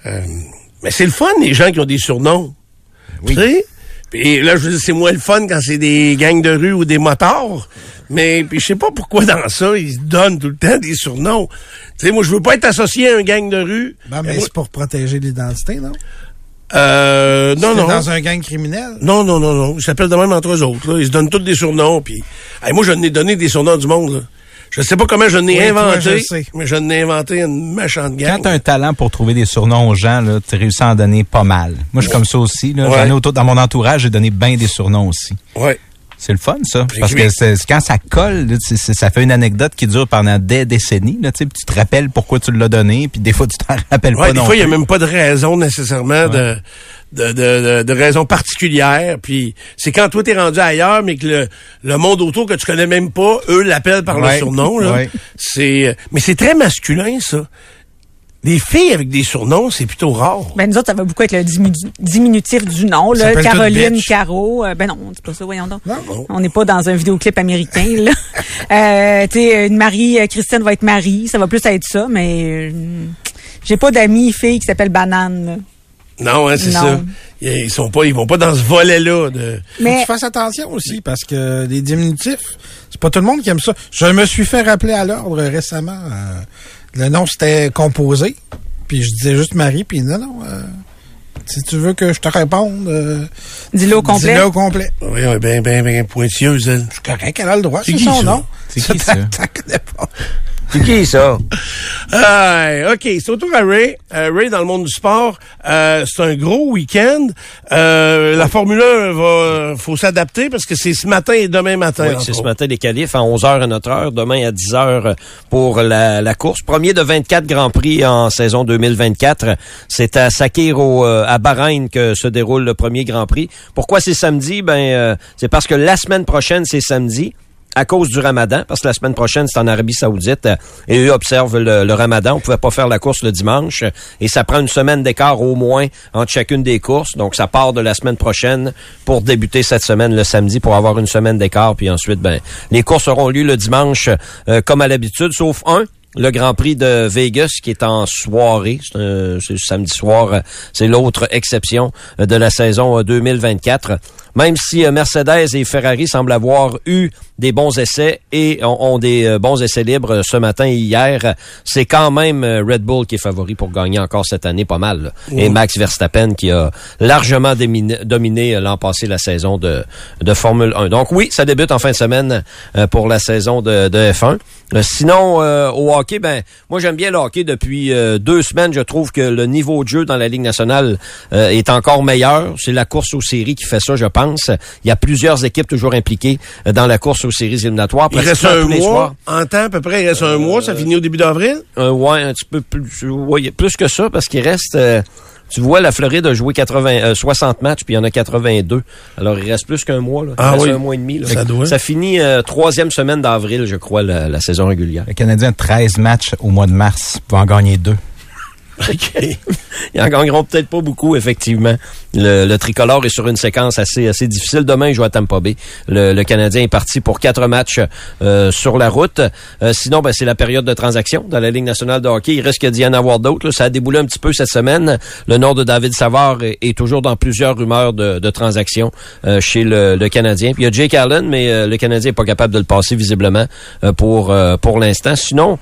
Speaker 1: Euh, mais c'est le fun, les gens qui ont des surnoms. Tu sais? Puis là, je veux dire, c'est moins le fun quand c'est des gangs de rue ou des motards. Mais puis je sais pas pourquoi dans ça, ils se donnent tout le temps des surnoms. Tu sais, moi, je veux pas être associé à un gang de rue.
Speaker 5: Ben, mais
Speaker 1: Moi-
Speaker 5: c'est pour protéger l'identité, non?
Speaker 1: euh, non,
Speaker 5: C'était
Speaker 1: non.
Speaker 5: dans un gang criminel.
Speaker 1: Non, non, non, non. Ils s'appellent de même entre eux autres. Là. Ils se donnent tous des surnoms. Puis, Hey, moi, je n'ai donné des surnoms du monde. Là. Je sais pas comment je n'ai
Speaker 5: Oui, toi,
Speaker 1: inventé,
Speaker 5: je sais.
Speaker 1: mais je n'ai inventé une méchante gang.
Speaker 4: Quand t'as un talent pour trouver des surnoms aux gens, là, tu réussis à en donner pas mal. Moi, je suis comme ça aussi. Là.
Speaker 1: Ouais.
Speaker 4: J'en ai autour, dans mon entourage, j'ai donné bien des surnoms aussi.
Speaker 1: Ouais.
Speaker 4: C'est le fun, ça. Parce
Speaker 1: Écris-
Speaker 4: que c'est- c'est- quand ça colle, là, c'est- c'est- ça fait une anecdote qui dure pendant des décennies. Là, tu sais, puis tu te rappelles pourquoi tu l'as donné, puis des fois, tu t'en rappelles
Speaker 1: Ouais,
Speaker 4: pas
Speaker 1: des
Speaker 4: non
Speaker 1: fois, il n'y a
Speaker 4: plus.
Speaker 1: même pas de raison nécessairement de, de, de, de, de raison particulière. Puis c'est quand toi, t'es rendu ailleurs, mais que le, le monde autour que tu connais même pas, eux l'appellent par le
Speaker 4: Ouais,
Speaker 1: surnom. Là.
Speaker 4: ouais.
Speaker 1: C'est, euh, mais c'est très masculin, ça. Des filles avec des surnoms, c'est plutôt rare.
Speaker 3: Ben, nous autres, ça va beaucoup avec le diminu- diminutif du nom,
Speaker 5: Ça
Speaker 3: là.
Speaker 5: s'appelle tout
Speaker 3: Caroline,
Speaker 5: bitch.
Speaker 3: Caro. euh, ben non, c'est pas ça, voyons donc.
Speaker 1: bon.
Speaker 3: On n'est pas dans un vidéoclip américain,
Speaker 5: <laughs>
Speaker 3: là. euh, tu sais, une Marie, euh, Christine va être Marie. Ça va plus être ça, mais euh, j'ai pas d'amis filles qui s'appellent Banane, là.
Speaker 1: Non, hein, c'est
Speaker 3: Non.
Speaker 1: ça. Ils sont pas, ils vont pas dans ce volet-là de.
Speaker 5: Faut que
Speaker 3: Mais
Speaker 5: tu fasses attention aussi, parce que les diminutifs, c'est pas tout le monde qui aime ça. Je me suis fait rappeler à l'ordre récemment. euh, le nom, c'était composé. Puis je disais juste Marie, puis non, non. euh, si tu veux que je te réponde, euh,
Speaker 3: dis-le au complet.
Speaker 5: dis-le au complet.
Speaker 1: Oui, oui, ben, ben, ben pointilleuse, elle.
Speaker 5: Je suis correct, elle a le droit, c'est
Speaker 1: qui,
Speaker 5: son
Speaker 1: ça?
Speaker 5: nom.
Speaker 4: C'est qui,
Speaker 5: t'en-
Speaker 4: ça?
Speaker 1: <laughs>
Speaker 5: t'en connais pas.
Speaker 2: C'est qui ça?
Speaker 1: Ah, OK, c'est autour à Ray. Euh, Ray, dans le monde du sport, euh, c'est un gros week-end. Euh, la Formule 1 va... euh, faut s'adapter parce que c'est ce matin et demain matin.
Speaker 2: Oui,
Speaker 1: entre
Speaker 2: c'est ce
Speaker 1: autres.
Speaker 2: matin les qualifs à 11h à notre heure, demain à 10h pour la, la course. Premier de 24 Grands Prix en saison 2024. C'est à Sakir au, euh, à Bahreïn que se déroule le premier Grand Prix. Pourquoi c'est samedi? Ben, euh, c'est parce que la semaine prochaine, c'est samedi. À cause du ramadan, parce que la semaine prochaine, c'est en Arabie Saoudite, euh, et eux observent le, le ramadan. On pouvait pas faire la course le dimanche, euh, et ça prend une semaine d'écart au moins entre chacune des courses. Donc, ça part de la semaine prochaine pour débuter cette semaine le samedi pour avoir une semaine d'écart. Puis ensuite, ben, les courses auront lieu le dimanche euh, comme à l'habitude, sauf un. Le Grand Prix de Vegas qui est en soirée, c'est un- c'est samedi soir, euh, c'est l'autre exception euh, de la saison euh, 2024. même si euh, Mercedes et Ferrari semblent avoir eu des bons essais et ont, ont des euh, bons essais libres euh, ce matin et hier, euh, c'est quand même euh, Red Bull qui est favori pour gagner encore cette année pas mal. là. Et Max Verstappen qui a largement déminé- dominé euh, l'an passé la saison de, de Formule 1. Donc oui, ça débute en fin de semaine euh, pour la saison de, de F1. Euh, sinon, euh, au hockey, ben moi j'aime bien le hockey depuis euh, deux semaines. Je trouve que le niveau de jeu dans la Ligue nationale euh, est encore meilleur. C'est la course aux séries qui fait ça, je pense. Il y a plusieurs équipes toujours impliquées euh, dans la course aux séries éliminatoires.
Speaker 1: Il reste
Speaker 2: pratiquement
Speaker 1: un
Speaker 2: tous les soirs.
Speaker 1: mois. En temps, à peu près, il reste un mois. Ça finit au début d'avril.
Speaker 2: Euh, ouais, un petit peu plus, ouais, plus que ça parce qu'il reste. euh, tu vois, la Floride a joué 80, euh, 60 matchs, puis il y en a 82. Alors, il reste plus qu'un mois. Là. Il
Speaker 1: Ah
Speaker 2: reste
Speaker 1: oui.
Speaker 2: un mois et demi. là.
Speaker 1: Ça doit.
Speaker 2: finit euh, troisième semaine d'avril, je crois, la, la saison régulière.
Speaker 4: Le Canadien a 13 matchs au mois de mars, va en gagner deux.
Speaker 2: <laughs> Ils en gagneront peut-être pas beaucoup, effectivement. Le, le tricolore est sur une séquence assez, assez difficile. Demain, il joue à Tampa Bay. Le, le Canadien est parti pour quatre matchs euh, sur la route. Euh, sinon, ben, c'est la période de transaction dans la Ligue nationale de hockey. Il risque d'y en avoir d'autres. là. Ça a déboulé un petit peu cette semaine. Le nom de David Savard est, est toujours dans plusieurs rumeurs de, de transactions euh, chez le, le Canadien. Puis il y a Jake Allen, mais euh, le Canadien n'est pas capable de le passer visiblement euh, pour, euh, pour l'instant. Sinon,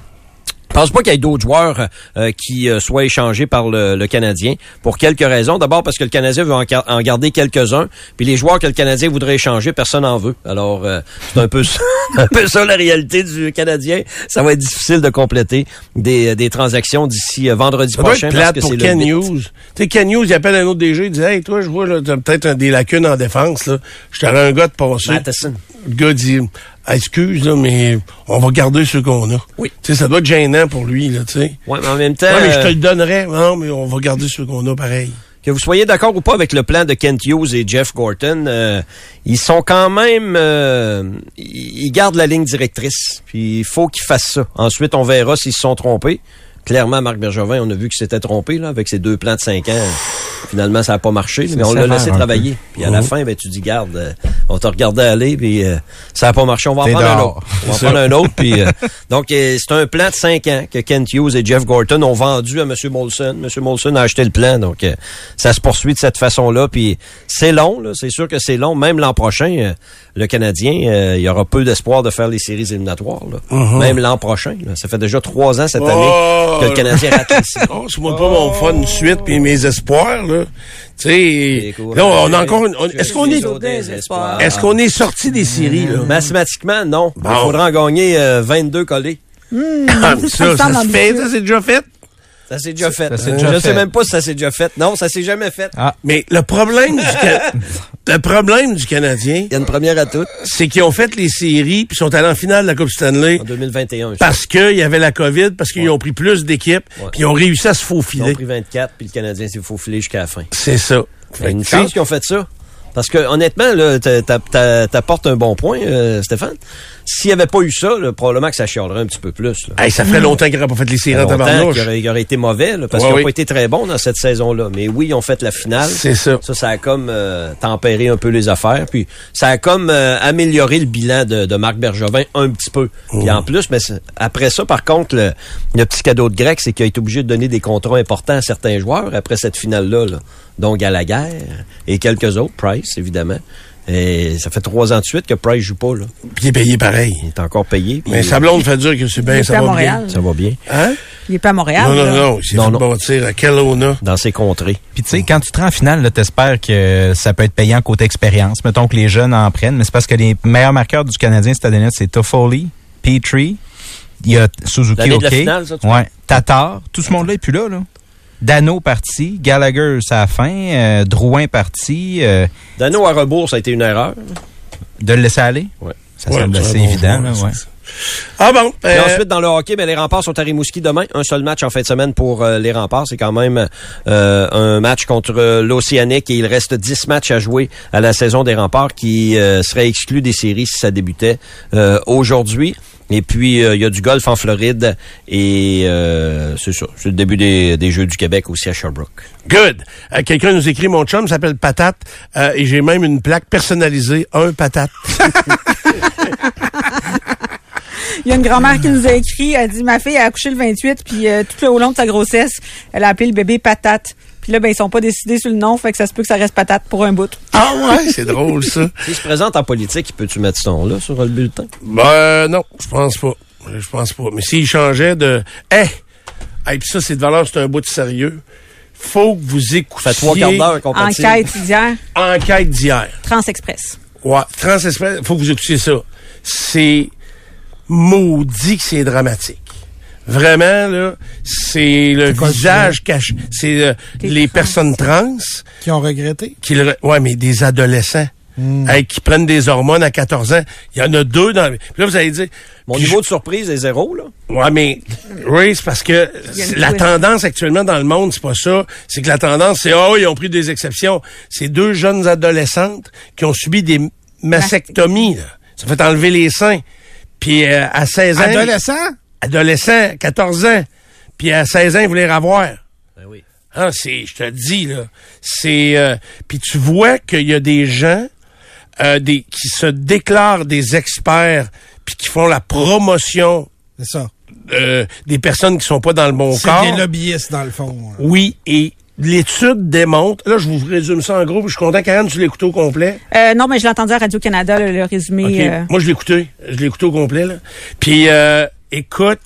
Speaker 2: je pense pas qu'il y ait d'autres joueurs euh, qui euh, soient échangés par le, le Canadien pour quelques raisons. D'abord parce que le Canadien veut en, gar- en garder quelques-uns, puis les joueurs que le Canadien voudrait échanger, personne n'en veut. Alors euh, c'est un peu ça- <laughs> un peu ça la réalité du Canadien. Ça va être difficile de compléter des, des transactions d'ici euh, vendredi
Speaker 1: Ça doit
Speaker 2: prochain
Speaker 1: être
Speaker 2: parce
Speaker 1: plate
Speaker 2: que
Speaker 1: pour
Speaker 2: c'est
Speaker 1: Ken
Speaker 2: le huit.
Speaker 1: News. Tu sais, Ken News, il appelle un autre DG, il dit Hey, toi, je vois, là, t'as peut-être un- des lacunes en défense, là. Je t'aurais un gars de passer.
Speaker 2: Matheson.
Speaker 1: Le gars dit ah, Excuse, là, mais on va garder ceux qu'on a.
Speaker 2: Oui.
Speaker 1: Tu sais, ça doit être gênant pour lui, là, tu sais.
Speaker 2: Ouais, mais en même temps.
Speaker 1: Ouais, mais je te
Speaker 2: euh,
Speaker 1: le donnerais. Non, mais on va garder ceux qu'on a pareil.
Speaker 2: Que vous soyez d'accord ou pas avec le plan de Kent Hughes et Jeff Gorton, euh, ils sont quand même... euh, ils ils gardent la ligne directrice. Puis il faut qu'ils fassent ça. Ensuite, on verra s'ils se sont trompés. Clairement, Marc Bergevin, on a vu qu'il s'était trompé là, avec ses deux plans de cinq ans. Finalement, ça n'a pas marché, mais on l'a
Speaker 4: sévère
Speaker 2: laissé
Speaker 4: un peu. Oh.
Speaker 2: travailler. Puis à la fin, ben, tu dis, garde, euh, on t'a regardé aller, puis euh, ça n'a pas marché, on va en
Speaker 4: T'es
Speaker 2: prendre un
Speaker 4: dehors.
Speaker 2: autre. On va en prendre un autre. Puis,
Speaker 4: <laughs>
Speaker 2: euh, donc, euh, c'est un plan de 5 ans que Kent Hughes et Jeff Gorton ont vendu à M. Molson. M. Molson a acheté le plan. Donc, euh, ça se poursuit de cette façon-là. Puis, c'est long. là. C'est sûr que c'est long. Même l'an prochain, euh, le Canadien, euh, il y aura peu d'espoir de faire les séries éliminatoires. là.
Speaker 4: Uh-huh.
Speaker 2: Même l'an prochain. là. Ça fait déjà trois ans cette
Speaker 1: Oh!
Speaker 2: année que le Canadien rate les séries.
Speaker 1: Grosse-moi Oh, pas mon fun de suite puis mes espoirs, là. Tu sais, là, on a encore une, on- est-ce qu'on est, est-ce qu'on est sorti des séries, là?
Speaker 2: Ah. Mathématiquement, non. Il faudra en gagner euh, 22 collés. <laughs>
Speaker 1: Ah, ça,
Speaker 3: me
Speaker 1: ça
Speaker 3: semble
Speaker 1: se fait,
Speaker 3: ambitieux.
Speaker 1: ça, c'est déjà fait.
Speaker 2: Ça s'est déjà fait.
Speaker 4: s'est
Speaker 2: Euh,
Speaker 4: déjà
Speaker 2: je sais
Speaker 4: fait.
Speaker 2: même pas si ça s'est déjà fait. Non, ça s'est jamais fait.
Speaker 4: Ah,
Speaker 1: Mais le problème du, Ca-
Speaker 2: <laughs>
Speaker 1: le problème du Canadien,
Speaker 2: Il y a une première à toutes.
Speaker 1: c'est qu'ils ont fait les séries puis sont allés en finale de la Coupe Stanley
Speaker 2: En 2021.
Speaker 1: parce qu'il y avait la COVID, parce qu'ils ont pris plus d'équipes
Speaker 2: Ouais.
Speaker 1: puis ils ont réussi à se
Speaker 2: Ils ont
Speaker 1: faufiler.
Speaker 2: pris 24, puis le Canadien s'est faufilé jusqu'à la fin.
Speaker 1: C'est ça.
Speaker 2: Il y a
Speaker 1: Fait
Speaker 2: une
Speaker 1: que, tu
Speaker 2: chance
Speaker 1: sais,
Speaker 2: qu'ils ont fait ça. Parce que honnêtement, là, t'a- t'a- t'a- t'apportes un bon point, euh, Stéphane. S'il n'y avait pas eu ça, là, probablement que ça chialerait un petit peu plus. là.
Speaker 1: hey, ça ferait longtemps qu'ils n'auraient pas fait les séries en
Speaker 2: longtemps
Speaker 1: tabarnouche.
Speaker 2: qu'il aurait, il aurait été mauvais, là, parce
Speaker 1: Ouais,
Speaker 2: qu'ils n'ont
Speaker 1: oui.
Speaker 2: pas été très bons dans cette saison-là. Mais oui, ils ont fait la finale.
Speaker 1: C'est ça.
Speaker 2: Ça, ça a comme euh, tempéré un peu les affaires. Puis ça a comme euh, amélioré le bilan de, de Marc Bergevin un petit peu. Puis en plus, mais c'est- après ça, par contre, le, le petit cadeau de grec, c'est qu'il a été obligé de donner des contrats importants à certains joueurs après cette finale-là. Là. Donc à la guerre et quelques autres, Price, évidemment. Et ça fait trois ans de suite que Price joue pas. Là.
Speaker 1: Puis il est payé pareil.
Speaker 2: Il est encore payé. puis
Speaker 1: Mais sa blonde fait dire que c'est bien,
Speaker 3: Il
Speaker 1: ça
Speaker 3: est à
Speaker 1: va bien.
Speaker 3: Montréal.
Speaker 2: ça va bien
Speaker 1: Hein?
Speaker 3: Il est pas à Montréal.
Speaker 1: Non, non,
Speaker 3: là.
Speaker 1: non. Il s'est
Speaker 2: Non,
Speaker 1: fait
Speaker 2: non.
Speaker 1: bâtir à Kelowna.
Speaker 2: dans ses contrées.
Speaker 4: Puis tu sais, quand tu te rends en finale, là, t'espères que ça peut être payant côté expérience. Mettons que les jeunes en prennent, mais c'est parce que les meilleurs marqueurs du Canadien cette année-là, c'est Toffoli, Petrie, il y a Suzuki
Speaker 2: L'année de la
Speaker 4: OK.
Speaker 2: finale, ça, tu
Speaker 4: ouais, Tatar, tout ce monde-là est plus là, là. Dano parti, Gallagher ça a fin, euh, Drouin parti, euh,
Speaker 2: Dano à rebours, ça a été une erreur.
Speaker 4: de le laisser aller.
Speaker 2: Ouais.
Speaker 4: Ça
Speaker 1: Ouais,
Speaker 4: semble
Speaker 1: très
Speaker 4: assez
Speaker 1: bon
Speaker 4: évident,
Speaker 1: joueur,
Speaker 4: là,
Speaker 1: ça,
Speaker 4: ouais.
Speaker 1: ça. Ah bon?
Speaker 2: Et
Speaker 1: euh,
Speaker 2: ensuite, dans le hockey, ben, les remparts sont à Rimouski demain. Un seul match en fin de semaine pour euh, les remparts. C'est quand même euh, un match contre euh, l'Océanique et il reste 10 matchs à jouer à la saison des remparts qui euh, serait exclu des séries si ça débutait euh, aujourd'hui. Et puis, euh, il y a du golf en Floride et euh, c'est ça. C'est le début des, des Jeux du Québec aussi à Sherbrooke.
Speaker 1: Good. Euh, Quelqu'un nous écrit, mon chum s'appelle Patate euh, et j'ai même une plaque personnalisée, un patate.
Speaker 3: Il y a une grand-mère qui nous a écrit, elle dit, ma fille a accouché le 28, puis euh, tout le long de sa grossesse, elle a appelé le bébé patate. Puis là, ben, ils sont pas décidés sur le nom, fait que ça se peut que ça reste patate pour un bout.
Speaker 1: Ah ouais,
Speaker 2: <laughs>
Speaker 1: c'est drôle ça.
Speaker 2: S'il se présente en politique, peux-tu mettre ce nom-là sur le bulletin?
Speaker 1: Ben non, je pense pas. Je pense pas. Mais s'il changeait de Hey! Hey, puis ça, c'est de valeur, c'est un bout de sérieux. Faut que vous écoutiez
Speaker 2: Ça fait trois quarts d'heure qu'on patine.
Speaker 3: Enquête hier,
Speaker 1: Enquête d'hier.
Speaker 3: Transexpress.
Speaker 1: Ouais, transespèce, faut que vous écoutiez ça. C'est maudit que c'est dramatique. Vraiment, là, c'est le
Speaker 5: C'est quoi le
Speaker 1: visage caché. C'est euh,
Speaker 3: Des
Speaker 1: les
Speaker 3: trans.
Speaker 1: personnes trans
Speaker 5: Qui ont regretté.
Speaker 1: qui le... re- Ouais, mais des adolescents.
Speaker 5: Hmm.
Speaker 1: hey, qui prennent des hormones à 14 ans. Il y en a deux dans... Puis là, vous allez dire...
Speaker 2: Mon
Speaker 1: puis je-
Speaker 2: niveau de surprise est zéro, là.
Speaker 1: Ouais, mais oui, c'est parce que
Speaker 3: Il y a une
Speaker 1: la
Speaker 3: twist.
Speaker 1: tendance actuellement dans le monde, c'est pas ça. C'est que la tendance, c'est oh, ils ont pris des exceptions. C'est deux jeunes adolescentes qui ont subi des mastectomies. là. Ça fait enlever les seins. Puis euh, à 16 ans,
Speaker 5: Adolescent?
Speaker 1: adolescent, 14 ans. Puis à 16 ans, ils voulaient les revoir.
Speaker 2: Ben oui.
Speaker 1: Hein, c'est, je te le dis là, c'est. euh, puis tu vois qu'il y a des gens euh, des qui se déclarent des experts puis qui font la promotion
Speaker 5: C'est ça.
Speaker 1: euh, des personnes qui sont pas dans le bon
Speaker 5: C'est
Speaker 1: corps.
Speaker 5: des lobbyistes, dans le fond. hein. là.
Speaker 1: Oui, et l'étude démontre, là je vous résume ça en gros, puis je suis content Karen, tu l'écoutes au complet.
Speaker 3: Euh, non, mais je l'ai entendu à Radio-Canada, le, le résumé.
Speaker 1: OK.
Speaker 3: euh,
Speaker 1: Moi je l'ai écouté, je l'ai écouté au complet là. Puis euh, écoute,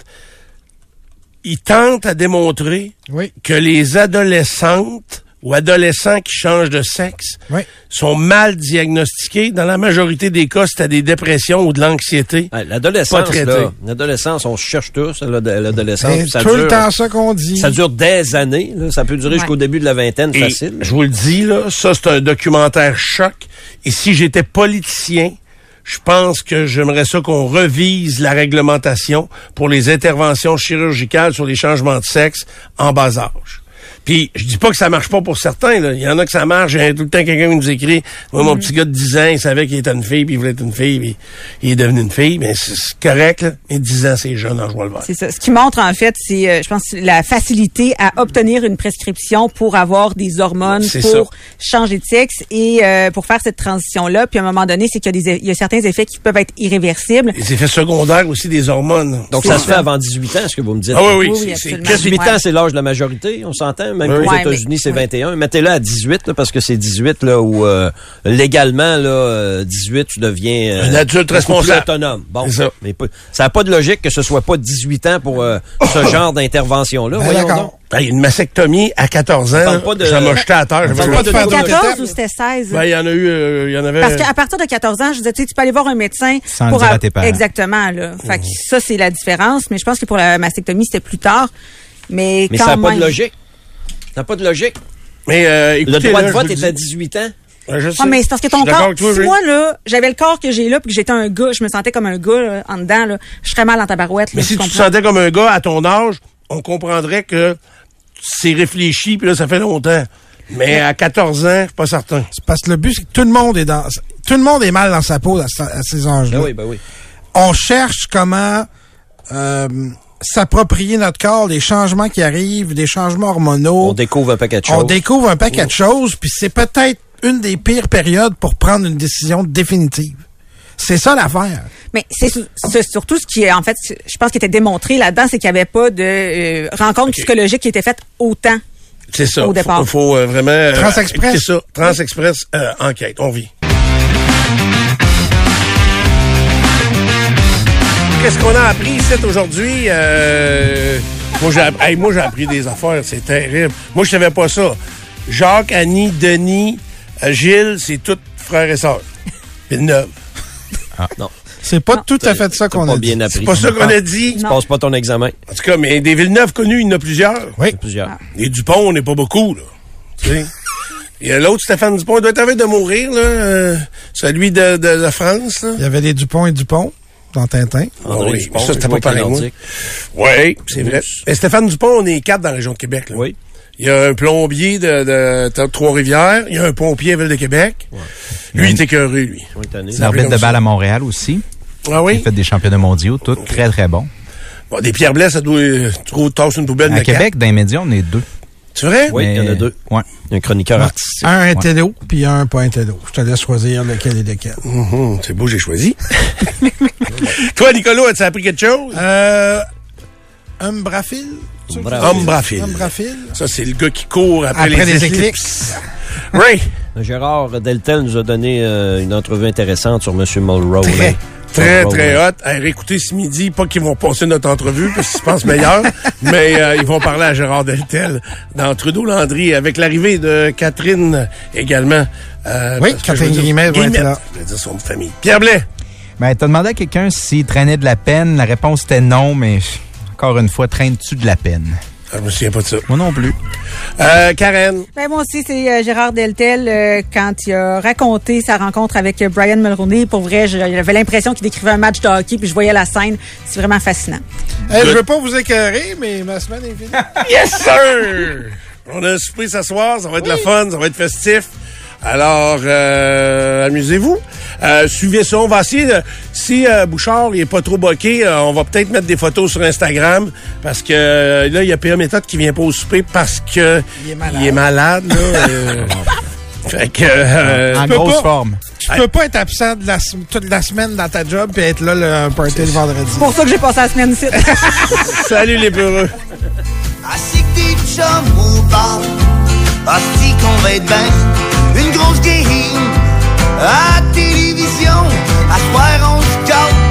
Speaker 1: ils tentent à démontrer
Speaker 5: Oui.
Speaker 1: que les adolescentes ou adolescents qui changent de sexe
Speaker 5: Oui.
Speaker 1: sont mal diagnostiqués. Dans la majorité des cas, c'est à des dépressions ou de l'anxiété. Pas
Speaker 2: Ouais, L'adolescence,
Speaker 1: traité.
Speaker 2: là. L'adolescence, on se cherche tous, là, de- l'adolescence.
Speaker 5: C'est
Speaker 2: puis ça
Speaker 5: tout
Speaker 2: dure-
Speaker 5: le temps ça qu'on dit.
Speaker 2: Ça dure des années. Là. Ça peut durer
Speaker 3: Ouais.
Speaker 2: jusqu'au début de la vingtaine,
Speaker 1: Et
Speaker 2: facile.
Speaker 1: Je vous le dis, là, ça, c'est un documentaire choc. Et si j'étais politicien, je pense que j'aimerais ça qu'on revise la réglementation pour les interventions chirurgicales sur les changements de sexe en bas âge. Puis, je dis pas que ça marche pas pour certains. là. Il y en a que ça marche. Il y a tout le temps quelqu'un qui nous écrit. Moi, mon petit gars de 10 ans, il savait qu'il était une fille, puis il voulait être une fille, puis il est devenu une fille. Mais c'est c'est correct, là. Mais 10 ans, c'est jeune en jouant le verre.
Speaker 3: C'est ça. Ce qui montre, en fait, c'est, euh, je pense, la facilité à obtenir une prescription pour avoir des hormones,
Speaker 1: C'est
Speaker 3: pour
Speaker 1: ça.
Speaker 3: changer de sexe et euh, pour faire cette transition-là. Puis, à un moment donné, c'est qu'il y a, des, eff- il y a certains effets qui peuvent être irréversibles.
Speaker 1: Les effets secondaires aussi des hormones.
Speaker 2: Donc,
Speaker 3: C'est
Speaker 2: ça se
Speaker 3: ça.
Speaker 2: fait avant 18 ans, ce que vous me dites.
Speaker 1: Ah oui, oui.
Speaker 3: Oui, oui,
Speaker 1: c'est- c'est
Speaker 3: absolument.
Speaker 1: qu'est-ce que
Speaker 2: 18
Speaker 3: Ouais.
Speaker 2: ans, c'est l'âge de la majorité, on s'entend. Même
Speaker 1: Oui.
Speaker 2: aux
Speaker 3: Ouais,
Speaker 2: États-Unis,
Speaker 3: mais-
Speaker 2: c'est
Speaker 3: ouais.
Speaker 2: 21. Mettez-le à 18, là, parce que c'est 18 là, où euh, légalement, là, euh, 18, tu deviens euh,
Speaker 1: Un adulte
Speaker 2: beaucoup plus
Speaker 1: responsable.
Speaker 2: autonome. Bon,
Speaker 1: C'est ça.
Speaker 2: mais pas- ça n'a pas de logique que ce soit pas 18 ans pour euh,
Speaker 1: <coughs>
Speaker 2: ce genre d'intervention-là.
Speaker 5: Ben,
Speaker 2: Voyons
Speaker 5: d'accord.
Speaker 2: donc.
Speaker 1: Ben, une mastectomie à 14 ans,
Speaker 2: parle pas de-
Speaker 1: ça m'a jeté à terre.
Speaker 2: On
Speaker 1: J'avais
Speaker 2: parle
Speaker 1: pas
Speaker 2: pas de-
Speaker 1: faire-
Speaker 3: C'était
Speaker 5: Pardon,
Speaker 3: 14
Speaker 5: Nathan.
Speaker 3: ou c'était 16?
Speaker 1: Ben, il y en a eu, euh, il y en avait...
Speaker 3: Parce qu'à partir de 14 ans, je disais, tu sais, tu peux aller voir un médecin
Speaker 4: Sans
Speaker 3: pour
Speaker 4: le dire à
Speaker 3: avoir-
Speaker 4: tes parents.
Speaker 3: Exactement, là. Fait que ça, c'est la différence. Mais je pense que pour la mastectomie, c'était plus tard. Mais,
Speaker 2: Mais
Speaker 3: quand
Speaker 2: ça n'a pas
Speaker 3: même.
Speaker 2: de logique. Ça n'a pas de logique.
Speaker 1: Mais, euh,
Speaker 2: Le
Speaker 1: écoutez, là,
Speaker 2: droit de
Speaker 1: je
Speaker 2: vote
Speaker 1: vous
Speaker 2: est
Speaker 1: dis-
Speaker 2: à 18 ans.
Speaker 1: Ouais, je sais.
Speaker 3: Ouais, Ah, mais c'est parce que
Speaker 1: Je
Speaker 3: ton
Speaker 1: suis d'accord
Speaker 3: corps,
Speaker 1: avec toi,
Speaker 3: si
Speaker 1: Jules.
Speaker 3: moi, là, j'avais le corps que j'ai là, puis que j'étais un gars, je me sentais comme un gars, là, en dedans, là, je serais mal en tabarouette.
Speaker 1: Mais
Speaker 3: là,
Speaker 1: si tu te
Speaker 3: comprends?
Speaker 1: sentais comme un gars à ton âge, on comprendrait que c'est réfléchi, puis là, ça fait longtemps. Mais à 14 ans, je suis pas certain.
Speaker 5: C'est Parce que le but, c'est que tout le monde est dans, tout le monde est mal dans sa peau à, sa- à ces
Speaker 2: Ben
Speaker 5: âges-là.
Speaker 2: oui, ben oui.
Speaker 5: On cherche comment euh, s'approprier notre corps, les changements qui arrivent, des changements hormonaux.
Speaker 1: Oh.
Speaker 2: On découvre un paquet de choses.
Speaker 5: On découvre un paquet de choses, puis c'est peut-être une des pires périodes pour prendre une décision définitive. C'est ça l'affaire.
Speaker 3: Mais c'est su- c'est surtout ce qui est, en fait, je pense qui était démontré là-dedans, c'est qu'il n'y avait pas de euh, rencontre psychologique qui était faite autant.
Speaker 1: C'est ça.
Speaker 3: Au
Speaker 1: Faut-
Speaker 3: départ.
Speaker 1: Faut, euh, vraiment... euh,
Speaker 5: Transexpress.
Speaker 1: écoutez ça. Transexpress, euh, enquête. On vit. Qu'est-ce qu'on a appris ici aujourd'hui? Euh, moi, j'ai app- hey, moi, j'ai appris des affaires. C'est terrible. Moi, je savais pas ça. Jacques, Annie, Denis, euh, Gilles, c'est tous frères et sœurs. Villeneuve.
Speaker 2: Non,
Speaker 5: C'est pas tout à fait ça
Speaker 2: t'as
Speaker 5: qu'on
Speaker 2: pas
Speaker 5: a dit.
Speaker 2: bien appris.
Speaker 1: C'est pas ça qu'on a dit.
Speaker 2: Tu
Speaker 3: Non.
Speaker 2: passes pas ton examen.
Speaker 1: En tout cas, mais des Villeneuve connus, il y en a plusieurs.
Speaker 5: Oui.
Speaker 2: Plusieurs.
Speaker 1: Les Dupont, on n'est pas beaucoup, là. Tu sais. Il y a l'autre, Stéphane Dupont, il doit être en train de mourir, là. euh, celui de, de, de France, là.
Speaker 5: Il y avait des Dupont et Dupont dans Tintin.
Speaker 1: Ah oui, ça, c'était
Speaker 2: c'est
Speaker 1: pas pareil, moi. Oui, c'est vrai. Et Stéphane Dupont, on est quatre dans la région de Québec, là.
Speaker 2: Oui.
Speaker 1: Il y a un plombier de, de, de Trois-Rivières, il y a un pompier à Ville de Québec. Lui, il est écœuré, lui.
Speaker 2: On est tanné.
Speaker 1: comme
Speaker 4: L'arbitre de
Speaker 1: ça.
Speaker 4: balle à Montréal aussi.
Speaker 1: Ah
Speaker 4: Il
Speaker 1: oui?
Speaker 4: fait des championnats mondiaux, tout très, très bon.
Speaker 1: Bon, des pierres blesses, ça doit... euh, Tu gros, tasses une poubelle
Speaker 4: À
Speaker 1: de
Speaker 4: Québec, dans les médias, on est deux.
Speaker 1: quatre. C'est vrai?
Speaker 2: Oui, il y en a
Speaker 4: Mais- euh,
Speaker 2: deux.
Speaker 4: Ouais.
Speaker 2: Un chroniqueur artistique.
Speaker 5: Un
Speaker 4: Ouais.
Speaker 5: intello, puis un pas intello. Je te laisse choisir lequel est lequel.
Speaker 1: Mhm, c'est beau, j'ai choisi. Toi, Nicolas, as-tu appris quelque chose?
Speaker 5: Euh, Umbrafil? tu-
Speaker 2: Umbrafil.
Speaker 1: Umbrafil.
Speaker 5: Umbrafil.
Speaker 1: Ça, c'est le gars qui court après,
Speaker 5: Après
Speaker 1: les, <laughs>
Speaker 5: les
Speaker 1: éclipses. oui.
Speaker 2: Gérard Deltel nous a donné euh, une entrevue intéressante sur M. Mulrow. là.
Speaker 1: Très, très,
Speaker 2: Mulrow,
Speaker 1: très
Speaker 2: là.
Speaker 1: hot. À réécouter ce midi, pas qu'ils vont passer notre entrevue parce qu'ils se pensent meilleurs, mais euh, ils vont parler à Gérard Deltel dans Trudeau-Landry avec l'arrivée de Catherine également. Euh,
Speaker 5: Oui,
Speaker 1: parce que je veux
Speaker 5: Catherine
Speaker 1: dire-
Speaker 5: Guillemette va être
Speaker 1: Guillemette,
Speaker 5: là.
Speaker 1: Je veux dire son nom de famille. Pierre Blais.
Speaker 4: Ben, t'as demandé à quelqu'un s'il traînait de la peine. La réponse était non, mais pff, encore une fois, traînes-tu de la peine?
Speaker 1: Ah, je me souviens pas de ça.
Speaker 4: Moi non plus.
Speaker 1: Euh, Karen.
Speaker 3: Ben moi aussi, c'est euh, Gérard Deltel euh, quand il a raconté sa rencontre avec euh, Brian Mulroney. Pour vrai, je- j'avais l'impression qu'il décrivait un match de hockey, puis je voyais la scène. C'est vraiment fascinant.
Speaker 5: Eh, je veux pas vous écœurer, mais ma semaine est finie.
Speaker 1: <laughs> Yes, sir! On a un souper ce soir, ça va être la fun, ça va être festif. Alors, euh, amusez-vous. Euh, suivez ça. On va essayer de- si euh, Bouchard il est pas trop boqué, euh, on va peut-être mettre des photos sur Instagram parce que euh, là, il y a P.A. Méthode qui vient pas au souper parce que
Speaker 5: Il est malade.
Speaker 1: Il est malade là,
Speaker 5: <laughs>
Speaker 1: euh, fait que euh,
Speaker 4: en
Speaker 1: tu peux
Speaker 4: grosse
Speaker 1: pas.
Speaker 4: forme.
Speaker 5: Tu peux pas être absent de la, sem- toute la semaine dans ta job et être là le party le vendredi.
Speaker 3: C'est pour ça que j'ai passé la semaine ici. <laughs>
Speaker 1: Salut les peureux.
Speaker 8: Assis que des chums au bar Assis qu'on va être ben Une grosse guérine À la télévision À soir on se calme